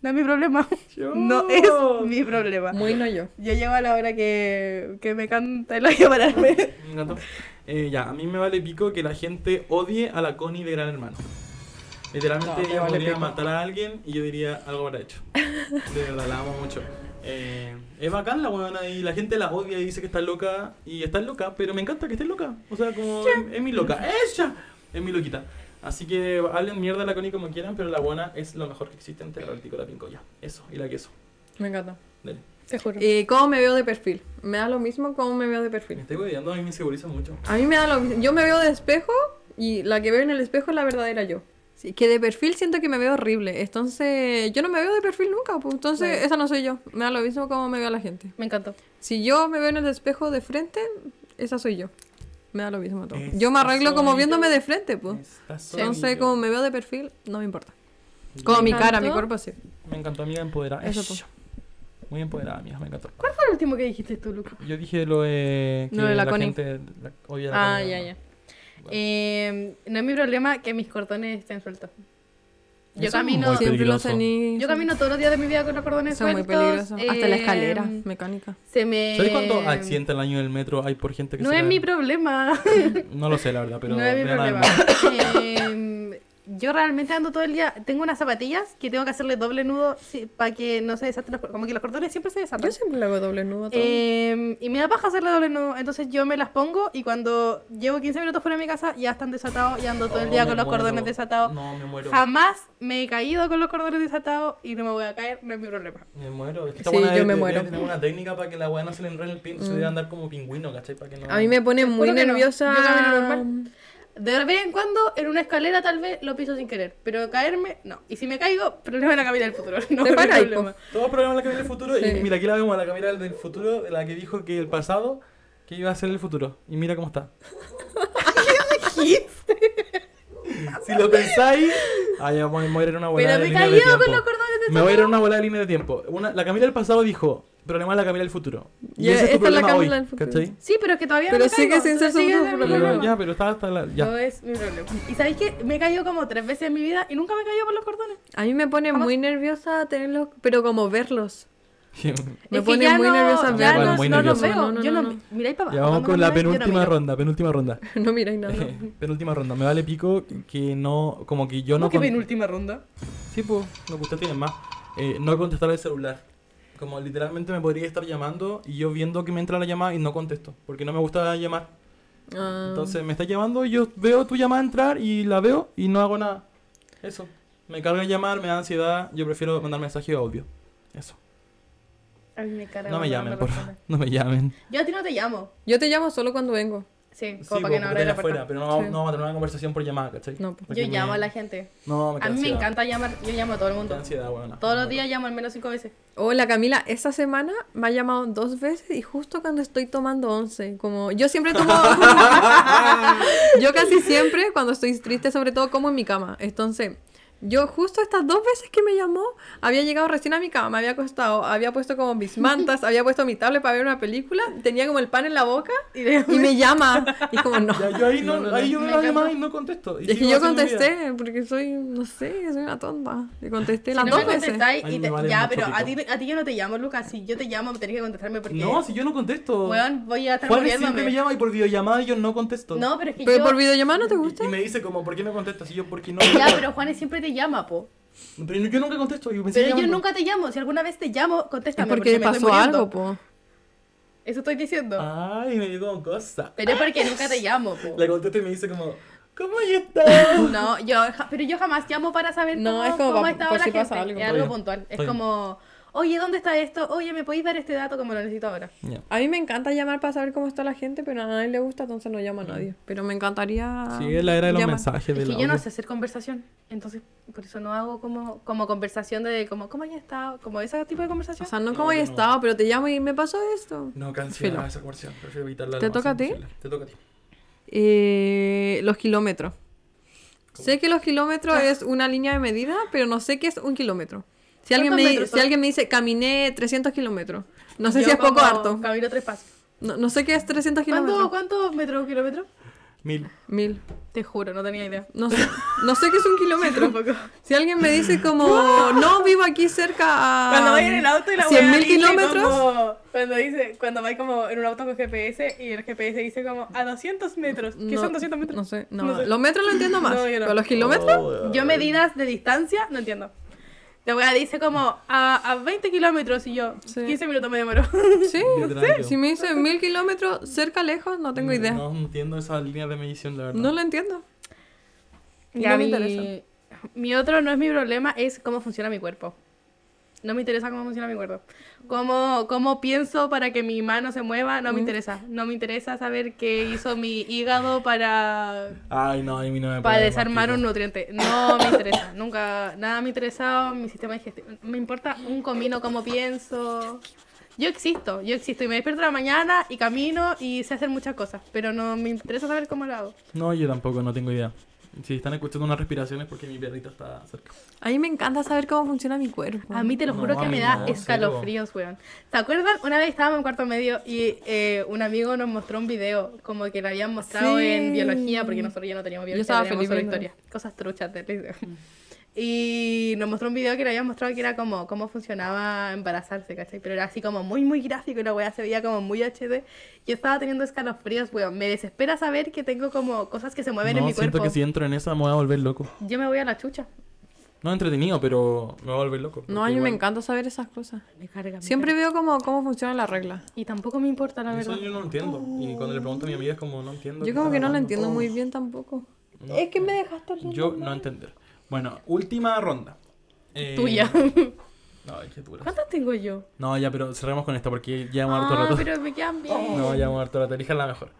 [SPEAKER 4] No es mi problema.
[SPEAKER 3] Yo.
[SPEAKER 4] No es mi problema.
[SPEAKER 2] Muy no yo.
[SPEAKER 4] Yo llego a la hora que, que me canta el hoyo para mí.
[SPEAKER 3] Me encantó. Eh, ya, a mí me vale pico que la gente odie a la Connie de Gran Hermano. Literalmente
[SPEAKER 2] No, me
[SPEAKER 3] ella
[SPEAKER 2] vale
[SPEAKER 3] podría
[SPEAKER 2] pico.
[SPEAKER 3] matar a alguien y yo diría algo habrá hecho. De verdad, la amo mucho. Eh, es bacán la weona y la gente la odia y dice que está loca. Y está loca, pero me encanta que esté loca. O sea, como es, es mi loca. ¡Ella! Es mi loquita. Así que hablen mierda a la Connie como quieran, pero la buena es lo mejor que existe entre la Vertigo y la pincoya. Eso, y la queso.
[SPEAKER 2] Me encanta.
[SPEAKER 3] Dale.
[SPEAKER 4] Te juro.
[SPEAKER 2] Eh, ¿Cómo me veo de perfil? Me da lo mismo cómo me veo de
[SPEAKER 3] Me
[SPEAKER 2] perfil.
[SPEAKER 3] estoy hueveando, a mí me inseguriza mucho.
[SPEAKER 2] A mí me da lo mismo. Yo me veo de espejo y la que veo en el espejo es la verdadera yo. Sí, que de perfil siento que me veo horrible. Entonces, yo no me veo de perfil nunca. pues, entonces,
[SPEAKER 4] Bueno.
[SPEAKER 2] esa no soy yo. Me da lo mismo cómo me veo la gente.
[SPEAKER 4] Me encantó.
[SPEAKER 2] Si yo me veo en el espejo de frente, esa soy yo. Me da lo mismo todo.
[SPEAKER 3] Esa
[SPEAKER 2] Yo me arreglo como
[SPEAKER 3] soy
[SPEAKER 2] viéndome
[SPEAKER 3] yo.
[SPEAKER 2] de frente, pues.
[SPEAKER 3] Esta soy
[SPEAKER 2] Entonces,
[SPEAKER 3] yo.
[SPEAKER 2] como me veo de perfil, no me importa. Como mi
[SPEAKER 4] Me
[SPEAKER 2] cara, mi
[SPEAKER 4] encantó.
[SPEAKER 2] cuerpo, sí.
[SPEAKER 3] Me encantó, amiga empoderada.
[SPEAKER 2] Eso,
[SPEAKER 3] Eso, Muy empoderada, amiga, me encantó.
[SPEAKER 4] ¿Cuál fue el último que dijiste tú, Luca?
[SPEAKER 3] Yo dije lo de.
[SPEAKER 2] Lo de la Connie.
[SPEAKER 3] gente la- odia a la
[SPEAKER 4] Ah,
[SPEAKER 3] Connie,
[SPEAKER 4] ya,
[SPEAKER 3] ¿no?
[SPEAKER 4] ya.
[SPEAKER 3] Bueno.
[SPEAKER 4] Eh, no es mi problema que mis cordones estén sueltos. Yo
[SPEAKER 3] Eso es
[SPEAKER 4] camino-
[SPEAKER 3] muy
[SPEAKER 2] Siempre lo
[SPEAKER 3] peligroso.
[SPEAKER 2] tenéis.
[SPEAKER 4] Yo camino todos los días de mi vida con los cordones
[SPEAKER 2] Son muy
[SPEAKER 4] sueltos.
[SPEAKER 2] peligrosos. Hasta la
[SPEAKER 4] eh,
[SPEAKER 2] escalera mecánica.
[SPEAKER 4] Se me...
[SPEAKER 3] ¿Sabes Ah, cuántos accidentes al año en el metro hay por gente que
[SPEAKER 4] Eh, No
[SPEAKER 3] se
[SPEAKER 4] es
[SPEAKER 3] la-
[SPEAKER 4] mi problema.
[SPEAKER 3] No lo sé, la verdad, pero.
[SPEAKER 4] no es mi
[SPEAKER 3] vean al
[SPEAKER 4] problema.
[SPEAKER 3] metro.
[SPEAKER 4] Eh, yo realmente ando todo el día. Tengo unas zapatillas que tengo que hacerle doble nudo para que no se desaten los cor- Como que los cordones siempre se desatan.
[SPEAKER 2] Yo siempre le hago doble nudo a todo.
[SPEAKER 4] Eh, y me da paja hacerle doble nudo. Entonces yo me las pongo y cuando llevo 15 minutos fuera de mi casa ya están desatados y ando todo el
[SPEAKER 3] Oh,
[SPEAKER 4] día
[SPEAKER 3] me
[SPEAKER 4] con los
[SPEAKER 3] muero.
[SPEAKER 4] cordones desatados.
[SPEAKER 3] No, me muero.
[SPEAKER 4] Jamás me he caído con los cordones desatados y no me voy a caer, no es mi problema.
[SPEAKER 3] Me muero. Esta
[SPEAKER 2] Sí,
[SPEAKER 3] buena
[SPEAKER 2] yo
[SPEAKER 3] debe-
[SPEAKER 2] me
[SPEAKER 3] debe
[SPEAKER 2] muero.
[SPEAKER 3] tener una técnica para que la weá no se le enrede el pin. Se
[SPEAKER 4] Mm.
[SPEAKER 3] debe andar como pingüino, ¿cachai? Para que no.
[SPEAKER 2] A mí me pone muy
[SPEAKER 4] juro que no.
[SPEAKER 2] nerviosa.
[SPEAKER 4] Yo camino normal. De vez en cuando, en una escalera tal vez lo piso sin querer, pero caerme, no. Y si me caigo, problema en la camina del futuro. No
[SPEAKER 2] Te
[SPEAKER 4] es mi
[SPEAKER 2] paráis, po.
[SPEAKER 4] problema.
[SPEAKER 3] Todos programas la Camila del futuro.
[SPEAKER 2] Sí.
[SPEAKER 3] Y mira, aquí la vemos a la Camila del futuro, la que dijo que el pasado, que iba a ser el futuro. Y mira cómo está. si lo pensáis. Ah, ya voy, me voy a ir en una bola
[SPEAKER 4] Pero
[SPEAKER 3] de
[SPEAKER 4] me
[SPEAKER 3] línea de
[SPEAKER 4] cayó con
[SPEAKER 3] tiempo.
[SPEAKER 4] los cordones de
[SPEAKER 3] Me voy a ir en
[SPEAKER 4] zapato.
[SPEAKER 3] una bola de línea de tiempo. Una- la Camila del pasado dijo: problema es la Camila del futuro. Y
[SPEAKER 2] Ya,
[SPEAKER 3] ese es tu
[SPEAKER 2] esta es la
[SPEAKER 3] problema hoy.
[SPEAKER 2] Camila del futuro.
[SPEAKER 3] ¿Cachai?
[SPEAKER 4] Sí, pero es que todavía
[SPEAKER 2] Pero
[SPEAKER 4] no me
[SPEAKER 2] sigue
[SPEAKER 4] caigo,
[SPEAKER 2] sin ser
[SPEAKER 4] entonces
[SPEAKER 2] su
[SPEAKER 4] sigue
[SPEAKER 2] tu
[SPEAKER 4] siendo mi
[SPEAKER 2] problema.
[SPEAKER 3] Pero, ya, pero está hasta la. Ya.
[SPEAKER 4] No es mi problema. Y sabéis que me he caído como tres veces en mi vida y nunca me he caído por los cordones.
[SPEAKER 2] A mí me pone
[SPEAKER 4] Jamás.
[SPEAKER 2] muy nerviosa tenerlos, pero como verlos. Me
[SPEAKER 4] Es que
[SPEAKER 2] pone
[SPEAKER 4] ya
[SPEAKER 2] muy
[SPEAKER 4] no-
[SPEAKER 2] nerviosa
[SPEAKER 4] ya
[SPEAKER 3] verlo.
[SPEAKER 4] no,
[SPEAKER 3] Muy
[SPEAKER 4] no lo
[SPEAKER 3] nervioso.
[SPEAKER 4] veo.
[SPEAKER 2] No, no,
[SPEAKER 4] yo
[SPEAKER 2] no,
[SPEAKER 4] no,
[SPEAKER 2] no.
[SPEAKER 4] miráis para
[SPEAKER 3] Ya
[SPEAKER 4] abajo.
[SPEAKER 3] vamos
[SPEAKER 4] cuando
[SPEAKER 3] con
[SPEAKER 4] me
[SPEAKER 3] la
[SPEAKER 4] miráis, yo no
[SPEAKER 3] penúltima
[SPEAKER 4] miro.
[SPEAKER 3] ronda, penúltima ronda.
[SPEAKER 2] No miráis nada.
[SPEAKER 3] penúltima ronda. Me vale pico que no. Como que yo no.
[SPEAKER 4] ¿Cómo que
[SPEAKER 3] con-
[SPEAKER 4] penúltima ronda?
[SPEAKER 3] Sí, pues, no, pues ustedes tienen más. Eh, no contestar el celular. Como literalmente me podría estar llamando y yo viendo que me entra la llamada y no contesto. Porque no me gusta llamar.
[SPEAKER 2] Ah,
[SPEAKER 3] Entonces me está llamando y yo veo tu llamada entrar y la veo y no hago nada. Eso. Me carga llamar, me da ansiedad. Yo prefiero mandar mensaje de audio. Eso.
[SPEAKER 4] A mí me carga
[SPEAKER 3] No me
[SPEAKER 4] cuando
[SPEAKER 3] llamen,
[SPEAKER 4] me
[SPEAKER 3] por
[SPEAKER 4] responden.
[SPEAKER 3] favor. No me llamen.
[SPEAKER 4] Yo a ti no te llamo.
[SPEAKER 2] Yo te llamo solo cuando vengo.
[SPEAKER 4] Sí, como
[SPEAKER 3] Sí,
[SPEAKER 4] para que no abra
[SPEAKER 3] porque
[SPEAKER 4] la
[SPEAKER 3] afuera,
[SPEAKER 4] puerta.
[SPEAKER 3] pero no, vamos-
[SPEAKER 2] Sí.
[SPEAKER 3] no vamos a tener una conversación por llamada, ¿cachai?
[SPEAKER 2] No, pues.
[SPEAKER 3] Porque
[SPEAKER 4] Yo
[SPEAKER 3] me-
[SPEAKER 4] llamo a la gente.
[SPEAKER 3] No, me
[SPEAKER 4] A
[SPEAKER 3] da
[SPEAKER 4] mí me
[SPEAKER 3] ansiedad.
[SPEAKER 4] encanta llamar. Yo llamo a todo el
[SPEAKER 3] Me da
[SPEAKER 4] mundo.
[SPEAKER 3] ansiedad, weona.
[SPEAKER 4] Todos
[SPEAKER 3] No,
[SPEAKER 4] los
[SPEAKER 3] no.
[SPEAKER 4] días llamo al menos cinco veces.
[SPEAKER 2] Hola Camila, esta semana me ha llamado dos veces y justo cuando estoy tomando once, como yo siempre tomo, yo casi siempre cuando estoy triste, sobre todo como en mi cama, entonces yo justo estas dos veces que me llamó había llegado recién a mi cama, me había acostado, había puesto como mis mantas, había puesto mi tablet para ver una película, tenía como el pan en la boca
[SPEAKER 4] Y de-
[SPEAKER 2] y me llama y es como no.
[SPEAKER 3] Ya, yo ahí no, ahí yo
[SPEAKER 4] Me
[SPEAKER 3] veo la llamada
[SPEAKER 4] encanta.
[SPEAKER 3] y no contesto.
[SPEAKER 2] Y es que
[SPEAKER 3] sigo
[SPEAKER 2] yo
[SPEAKER 3] haciendo mi vida.
[SPEAKER 2] contesté porque soy, no sé, soy una tonta. Y contesté
[SPEAKER 4] Si
[SPEAKER 2] las
[SPEAKER 4] no me
[SPEAKER 2] dos veces.
[SPEAKER 4] contestáis
[SPEAKER 3] Ay,
[SPEAKER 4] y
[SPEAKER 3] me
[SPEAKER 4] te-
[SPEAKER 3] vale
[SPEAKER 4] ya,
[SPEAKER 3] mucho
[SPEAKER 4] pero a ti,
[SPEAKER 3] pico.
[SPEAKER 4] a ti yo no te llamo, Lucas. Si yo te llamo, tenés que contestarme porque.
[SPEAKER 3] No, si yo no contesto.
[SPEAKER 4] weón, voy a estar
[SPEAKER 3] Juan siempre me
[SPEAKER 4] muriéndome.
[SPEAKER 3] llama y por videollamada yo no contesto.
[SPEAKER 4] No, pero es que
[SPEAKER 2] Pero
[SPEAKER 4] yo.
[SPEAKER 2] por videollamada no te gusta.
[SPEAKER 3] Y, y me dice como, ¿por qué no contestas? Y yo, porque no.
[SPEAKER 4] Ya, pero Juanes siempre te llama, po.
[SPEAKER 3] Pero yo nunca contesto. Y me sigue
[SPEAKER 4] Pero yo
[SPEAKER 3] llamando.
[SPEAKER 4] nunca te llamo. Si alguna vez te llamo,
[SPEAKER 2] Es
[SPEAKER 4] contéstame.
[SPEAKER 2] porque
[SPEAKER 4] me estoy
[SPEAKER 2] pasó
[SPEAKER 4] muriendo.
[SPEAKER 2] algo, po.
[SPEAKER 4] Eso estoy diciendo.
[SPEAKER 3] Ay, me dijo cosa.
[SPEAKER 4] Pero es porque nunca te llamo, po.
[SPEAKER 3] Le contesto y me dice como, ¿cómo ya estás?
[SPEAKER 4] No, yo, ja- pero yo jamás llamo para saber
[SPEAKER 2] No,
[SPEAKER 4] cómo,
[SPEAKER 2] es como
[SPEAKER 4] cómo
[SPEAKER 2] pa-
[SPEAKER 4] ha estado
[SPEAKER 2] por
[SPEAKER 4] la
[SPEAKER 2] si
[SPEAKER 4] gente.
[SPEAKER 2] pasa algo.
[SPEAKER 4] es
[SPEAKER 3] Está
[SPEAKER 4] algo
[SPEAKER 3] bien,
[SPEAKER 4] puntual. Es
[SPEAKER 3] está bien.
[SPEAKER 4] como, oye, ¿dónde está esto? Oye, ¿me podéis dar este dato como lo necesito ahora?
[SPEAKER 2] A mí me encanta llamar para saber cómo está la gente, pero a nadie le gusta, entonces no llamo a nadie. Pero me encantaría.
[SPEAKER 3] Sí, es la era de los
[SPEAKER 2] llamar.
[SPEAKER 3] mensajes.
[SPEAKER 4] Es
[SPEAKER 3] del
[SPEAKER 4] que yo no
[SPEAKER 3] audio.
[SPEAKER 4] sé hacer conversación. Entonces, por eso no hago como, como conversación de como, ¿cómo has estado? Como ese tipo de
[SPEAKER 2] O
[SPEAKER 4] conversación.
[SPEAKER 2] sea, no
[SPEAKER 3] No,
[SPEAKER 2] como he
[SPEAKER 3] yo no.
[SPEAKER 2] estado, pero te llamo y me pasó esto.
[SPEAKER 3] No, cancela
[SPEAKER 2] Filo.
[SPEAKER 3] esa conversación. Prefiero evitarla. lo
[SPEAKER 2] ¿Te
[SPEAKER 3] más
[SPEAKER 2] toca a ti?
[SPEAKER 3] posible. Te toca a ti.
[SPEAKER 2] Eh, los kilómetros. Sé que los kilómetros es una línea de medida, pero no sé qué es un kilómetro. Si alguien,
[SPEAKER 4] ¿Cuántos
[SPEAKER 2] me, di-
[SPEAKER 4] metros
[SPEAKER 2] si
[SPEAKER 4] son?
[SPEAKER 2] alguien me dice, caminé 300 kilómetros. No sé
[SPEAKER 4] Yo
[SPEAKER 2] si es poco o
[SPEAKER 4] como
[SPEAKER 2] harto.
[SPEAKER 4] Camino tres pasos.
[SPEAKER 2] No, no sé qué es 300
[SPEAKER 4] ¿Cuánto,
[SPEAKER 2] kilómetros.
[SPEAKER 4] ¿Cuántos metros o kilómetros?
[SPEAKER 3] Mil.
[SPEAKER 2] Mil.
[SPEAKER 4] Te juro, no tenía idea.
[SPEAKER 2] No sé, no sé qué es un kilómetro.
[SPEAKER 4] Tampoco.
[SPEAKER 2] Si alguien me dice como, no, vivo aquí cerca a...
[SPEAKER 4] Cuando vais en el auto y la
[SPEAKER 2] 100.000
[SPEAKER 4] weá dice
[SPEAKER 2] Ah, kilómetros.
[SPEAKER 4] como- cuando dice, cuando vais como en un auto con GPS y el GPS dice como a 200 metros. ¿Qué
[SPEAKER 2] No,
[SPEAKER 4] son 200 metros?
[SPEAKER 2] No sé, no.
[SPEAKER 4] No sé.
[SPEAKER 2] Los metros lo entiendo más.
[SPEAKER 4] No, yo no.
[SPEAKER 2] Pero los kilómetros...
[SPEAKER 4] Yo medidas de distancia, no entiendo. La weá dice como a, a 20 kilómetros y yo
[SPEAKER 2] Sí.
[SPEAKER 4] 15 minutos me demoro.
[SPEAKER 2] Sí, no
[SPEAKER 3] Literal,
[SPEAKER 2] sé.
[SPEAKER 3] yo.
[SPEAKER 2] Si me dicen mil kilómetros, cerca, lejos, no
[SPEAKER 4] Mm,
[SPEAKER 2] tengo idea. No,
[SPEAKER 3] No entiendo esa línea de medición, la verdad.
[SPEAKER 2] lo entiendo. Y
[SPEAKER 4] Ya,
[SPEAKER 2] no me
[SPEAKER 4] mi-
[SPEAKER 2] interesa.
[SPEAKER 4] Mi otro no es mi problema, es cómo funciona mi cuerpo. No me interesa cómo funciona mi cuerpo. Cómo, cómo pienso para que mi mano se mueva, no me interesa. No me interesa saber qué hizo mi hígado para,
[SPEAKER 3] Ay, no, a mí no me
[SPEAKER 4] para
[SPEAKER 3] puede,
[SPEAKER 4] desarmar un
[SPEAKER 3] Martita.
[SPEAKER 4] nutriente. No me interesa. Nunca, nada me ha interesado mi sistema digestivo. Me importa un comino cómo pienso. Yo existo, yo existo. Y me despierto en la mañana y camino y sé hacer muchas cosas. Pero no me interesa saber cómo lo hago.
[SPEAKER 3] No, yo tampoco, no tengo idea. Si están escuchando unas respiraciones porque mi perrita está cerca.
[SPEAKER 2] A mí me encanta saber cómo funciona mi cuerpo.
[SPEAKER 4] A mí te lo
[SPEAKER 3] No,
[SPEAKER 4] juro que
[SPEAKER 3] a
[SPEAKER 4] me
[SPEAKER 3] mí
[SPEAKER 4] da
[SPEAKER 3] no,
[SPEAKER 4] escalofríos, weón. ¿Te acuerdan? Una vez estábamos en cuarto medio y eh, un amigo nos mostró un video como que lo habían mostrado
[SPEAKER 2] Sí.
[SPEAKER 4] en biología, porque nosotros ya no teníamos biología,
[SPEAKER 2] estaba
[SPEAKER 4] teníamos
[SPEAKER 2] feliz
[SPEAKER 4] solo
[SPEAKER 2] viendo.
[SPEAKER 4] historia. Cosas truchas del liceo. Y nos mostró un video que le habían mostrado que era como cómo funcionaba embarazarse, ¿cachai? Pero era así como muy, muy gráfico y la weá se veía como muy HD. Yo estaba teniendo escalofríos, weón. Me desespera saber que tengo como cosas que se mueven
[SPEAKER 3] no,
[SPEAKER 4] en mi
[SPEAKER 3] siento
[SPEAKER 4] cuerpo.
[SPEAKER 3] que si entro en esa me voy a volver loco.
[SPEAKER 4] Yo me voy a la chucha.
[SPEAKER 3] No entretenido, pero me voy a volver loco.
[SPEAKER 2] No, a
[SPEAKER 3] porque
[SPEAKER 2] mí me
[SPEAKER 3] igual-
[SPEAKER 2] encanta saber esas cosas.
[SPEAKER 4] Me carga. me
[SPEAKER 2] Siempre veo
[SPEAKER 4] carga.
[SPEAKER 2] como, cómo funciona la regla.
[SPEAKER 4] Y tampoco me importa, la verdad.
[SPEAKER 3] Eso yo no entiendo. Y cuando le pregunto a mi amiga es como, no entiendo.
[SPEAKER 2] Yo
[SPEAKER 3] qué
[SPEAKER 2] como
[SPEAKER 3] está
[SPEAKER 2] que no lo
[SPEAKER 3] pasando.
[SPEAKER 2] entiendo muy bien tampoco.
[SPEAKER 3] No.
[SPEAKER 2] Es que me dejaste
[SPEAKER 3] Yo no entender. Bueno, última ronda. Eh,
[SPEAKER 4] Tuya.
[SPEAKER 3] No, es que dura.
[SPEAKER 4] ¿Cuántas tengo yo?
[SPEAKER 3] No, ya, pero cerremos con esta porque ya hemos harto
[SPEAKER 4] Ah,
[SPEAKER 3] rato.
[SPEAKER 4] pero me quedan bien.
[SPEAKER 3] No, ya hemos harto rato. Elijan la mejor.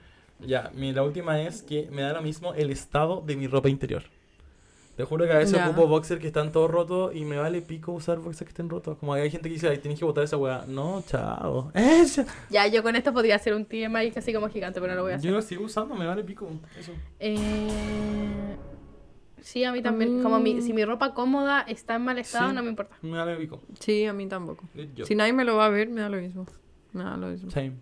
[SPEAKER 3] Ya, mi, la última es que me da lo mismo el estado de mi ropa interior. Te juro que a veces
[SPEAKER 2] Ya.
[SPEAKER 3] ocupo boxers que están todos rotos y me vale pico usar boxers que estén rotos. Como hay gente que dice, ay, tienes que botar esa weá. No, chao. Eh, ya.
[SPEAKER 4] Ya, yo con esto podría hacer un TMI casi como gigante, pero no lo voy a hacer.
[SPEAKER 3] Yo lo sigo usando, me vale pico. Eso.
[SPEAKER 4] Eh, Sí, a mí también. Como mi, si mi ropa cómoda está en mal estado,
[SPEAKER 3] Sí.
[SPEAKER 4] no me importa.
[SPEAKER 3] Me vale pico.
[SPEAKER 2] Sí, a mí tampoco.
[SPEAKER 3] Yo.
[SPEAKER 2] Si nadie me lo va a ver, me da lo mismo. Me da lo mismo.
[SPEAKER 3] Same.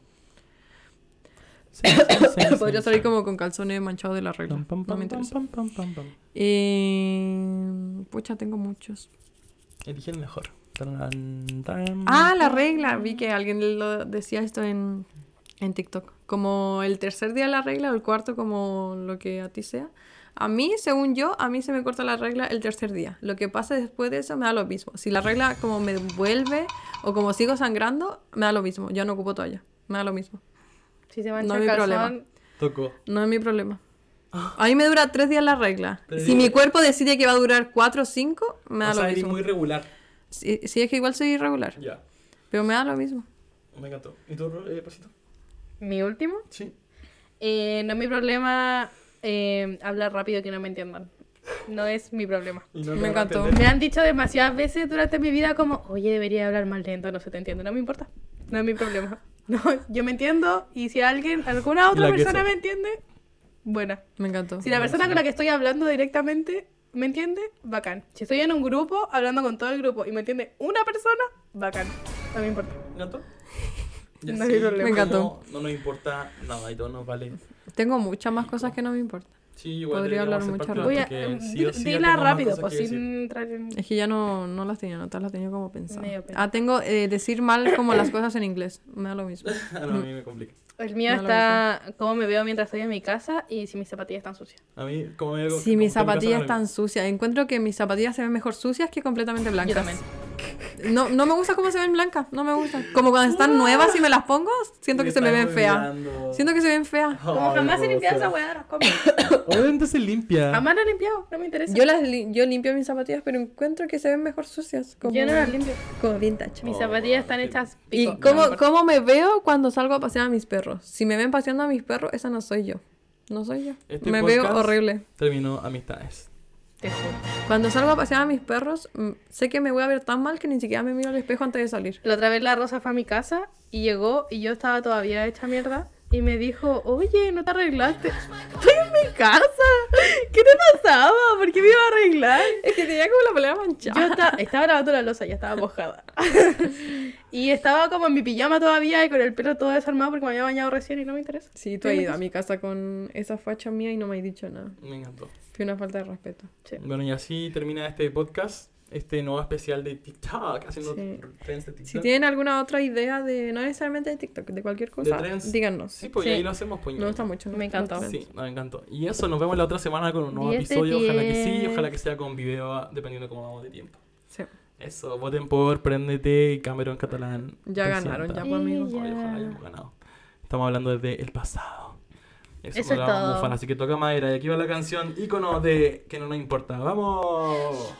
[SPEAKER 3] Same, same, same,
[SPEAKER 2] Podría salir
[SPEAKER 3] same, same.
[SPEAKER 2] como con calzones manchados de la regla.
[SPEAKER 3] Pam, pam,
[SPEAKER 2] No me
[SPEAKER 3] pam,
[SPEAKER 2] interesa.
[SPEAKER 3] pam, pam, pam, pam.
[SPEAKER 2] Eh, pucha, tengo muchos.
[SPEAKER 3] Elige el mejor. Tarán, tarán.
[SPEAKER 2] Ah, la regla. Vi que alguien lo decía esto en, en TikTok. Como el tercer día de la regla o el cuarto, como lo que a ti sea. A mí, según yo, a mí se me corta la regla el tercer día. Lo que pasa después de eso me da lo mismo. Si la regla como me vuelve o como sigo sangrando, me da lo mismo. Ya no ocupo toalla. Me da lo mismo.
[SPEAKER 4] Si se mancha
[SPEAKER 2] No
[SPEAKER 4] el
[SPEAKER 2] hay
[SPEAKER 4] calzón.
[SPEAKER 2] problema.
[SPEAKER 3] Tocó.
[SPEAKER 2] No es mi problema. A mí me dura tres días la regla.
[SPEAKER 3] Ah. Tres
[SPEAKER 2] Si
[SPEAKER 3] días.
[SPEAKER 2] mi cuerpo decide que va a durar cuatro o cinco, me da
[SPEAKER 3] o sea,
[SPEAKER 2] lo
[SPEAKER 3] eres
[SPEAKER 2] mismo.
[SPEAKER 3] muy regular.
[SPEAKER 2] Si, si es que igual soy irregular,
[SPEAKER 3] Ya.
[SPEAKER 2] pero me da lo mismo.
[SPEAKER 3] Me encantó. ¿Y tú, Ro- eh, Pasito?
[SPEAKER 4] Mi último
[SPEAKER 3] Sí.
[SPEAKER 4] Eh, no es mi problema eh, hablar rápido y que no me entiendan. No es mi problema.
[SPEAKER 3] Y no
[SPEAKER 2] Me
[SPEAKER 3] te van a
[SPEAKER 2] encantó.
[SPEAKER 3] entender.
[SPEAKER 4] Me han dicho demasiadas veces durante mi vida como, oye, debería hablar más lento, no se te entiende, no me importa. No es mi problema. No, yo me entiendo y si alguien, alguna otra
[SPEAKER 3] la que
[SPEAKER 4] persona
[SPEAKER 3] sabe.
[SPEAKER 4] me entiende, buena.
[SPEAKER 2] Me encantó.
[SPEAKER 4] Si la persona con la que estoy hablando directamente me entiende, bacán. Si estoy en un grupo hablando con todo el grupo y me entiende una persona, bacán. No me importa.
[SPEAKER 3] ¿Me encantó?
[SPEAKER 4] No
[SPEAKER 3] Y
[SPEAKER 4] hay
[SPEAKER 3] así
[SPEAKER 4] problema.
[SPEAKER 2] Me encantó.
[SPEAKER 3] como No nos importa nada y todo nos vale.
[SPEAKER 2] Tengo muchas más cosas que no me importan.
[SPEAKER 3] Sí, igual
[SPEAKER 2] Podría
[SPEAKER 3] deberíamos
[SPEAKER 2] hablar
[SPEAKER 3] hacer
[SPEAKER 2] mucho
[SPEAKER 3] parte de
[SPEAKER 2] rato.
[SPEAKER 4] Voy a,
[SPEAKER 3] porque
[SPEAKER 4] em,
[SPEAKER 3] sí
[SPEAKER 4] di-
[SPEAKER 3] o sí ya
[SPEAKER 4] dila
[SPEAKER 3] tenemos más
[SPEAKER 4] rápido,
[SPEAKER 3] cosas
[SPEAKER 4] pues
[SPEAKER 3] que decir.
[SPEAKER 4] sin entrar en...
[SPEAKER 2] Es que ya no, no las tenía notas, las tenía como pensadas.
[SPEAKER 4] Medio pensado.
[SPEAKER 2] Ah, tengo eh, decir mal como las cosas en inglés. Me da lo mismo.
[SPEAKER 3] Ah, no, a mí me complica.
[SPEAKER 4] El mío
[SPEAKER 2] No lo
[SPEAKER 4] está cómo me veo mientras estoy en mi casa y si mis zapatillas están sucias.
[SPEAKER 3] A mí, como me como-
[SPEAKER 2] Si mis
[SPEAKER 3] como que me
[SPEAKER 2] zapatillas
[SPEAKER 3] pasa lo
[SPEAKER 2] están
[SPEAKER 3] mismo.
[SPEAKER 2] sucias, encuentro que mis zapatillas se ven mejor sucias que completamente blancas.
[SPEAKER 4] Yo también.
[SPEAKER 2] No, no me gusta cómo se ven blancas, no me gusta. Como cuando están nuevas y me las pongo, siento que se me ven
[SPEAKER 3] están
[SPEAKER 2] feas.
[SPEAKER 3] hueveando.
[SPEAKER 2] Siento que se ven feas.
[SPEAKER 4] Como
[SPEAKER 3] Ay,
[SPEAKER 4] jamás he
[SPEAKER 3] no,
[SPEAKER 4] limpiado
[SPEAKER 3] o sea,
[SPEAKER 4] esa weá de las compras.
[SPEAKER 3] Obviamente se limpia.
[SPEAKER 4] Jamás la he limpiado, no me interesa.
[SPEAKER 2] Ah. Yo, las li- yo limpio mis zapatillas, pero encuentro que se ven mejor sucias. Como,
[SPEAKER 4] Yo no las limpio.
[SPEAKER 2] como vintage.
[SPEAKER 4] Mis
[SPEAKER 3] Oh,
[SPEAKER 4] zapatillas están
[SPEAKER 3] qué-
[SPEAKER 4] hechas
[SPEAKER 2] ¿Y
[SPEAKER 4] pico, no me
[SPEAKER 2] cómo,
[SPEAKER 4] importa.
[SPEAKER 2] cómo me veo cuando salgo a pasear a mis perros? Si me ven paseando a mis perros, esa no soy yo. No soy yo.
[SPEAKER 3] Este
[SPEAKER 2] me
[SPEAKER 3] podcast-
[SPEAKER 2] veo horrible.
[SPEAKER 3] Terminó amistades.
[SPEAKER 4] Te juro.
[SPEAKER 2] Cuando salgo a pasear a mis perros, mm, sé que me voy a ver tan mal que ni siquiera me miro al espejo antes de salir.
[SPEAKER 4] La otra vez la Rosa fue a mi casa y llegó y yo estaba todavía hecha mierda y me dijo, oye, no te arreglaste. Estoy en mi casa. ¿Qué te pasaba? ¿Por qué me iba a arreglar?
[SPEAKER 2] Es que tenía como la palabra
[SPEAKER 4] Yo
[SPEAKER 2] manchada.
[SPEAKER 4] esta- estaba lavando la losa, ya estaba mojada. y estaba como en mi pijama todavía y con el pelo todo desarmado porque me había bañado recién y no me interesa.
[SPEAKER 2] Sí, tú has ido a mi casa con esa facha mía y no me has dicho nada.
[SPEAKER 3] Me encantó.
[SPEAKER 2] Fue una falta de respeto.
[SPEAKER 4] Sí.
[SPEAKER 3] Bueno, y así termina este podcast. Este nuevo especial de TikTok. Haciendo
[SPEAKER 2] Sí.
[SPEAKER 3] trends de TikTok.
[SPEAKER 2] Si tienen alguna otra idea de, no necesariamente de TikTok, de cualquier cosa,
[SPEAKER 3] trends?
[SPEAKER 2] díganos.
[SPEAKER 3] Sí, pues y
[SPEAKER 4] Sí.
[SPEAKER 3] ahí lo hacemos, pues.
[SPEAKER 2] Nos gusta mucho.
[SPEAKER 4] Me encantó.
[SPEAKER 2] los trends.
[SPEAKER 3] Sí, me encantó. Y eso, nos vemos la otra semana con un nuevo
[SPEAKER 2] este
[SPEAKER 4] 10 de
[SPEAKER 3] episodio. Ojalá que sí,
[SPEAKER 4] 10.
[SPEAKER 3] ojalá que sea con video, dependiendo de cómo vamos de tiempo.
[SPEAKER 2] Sí.
[SPEAKER 3] Eso, voten por Préndete y Cameron Catalán.
[SPEAKER 2] Ya ganaron,
[SPEAKER 3] presenta.
[SPEAKER 2] ya, pues, amigo.
[SPEAKER 4] Ella.
[SPEAKER 3] Oye, ojalá hayamos ganado. Estamos hablando desde el pasado. Eso,
[SPEAKER 4] Eso
[SPEAKER 3] me
[SPEAKER 4] es
[SPEAKER 3] la vamos
[SPEAKER 4] todo.
[SPEAKER 3] mufando, así que toca madera. Y aquí va la canción ícono de Que no nos importa. ¡Vamos!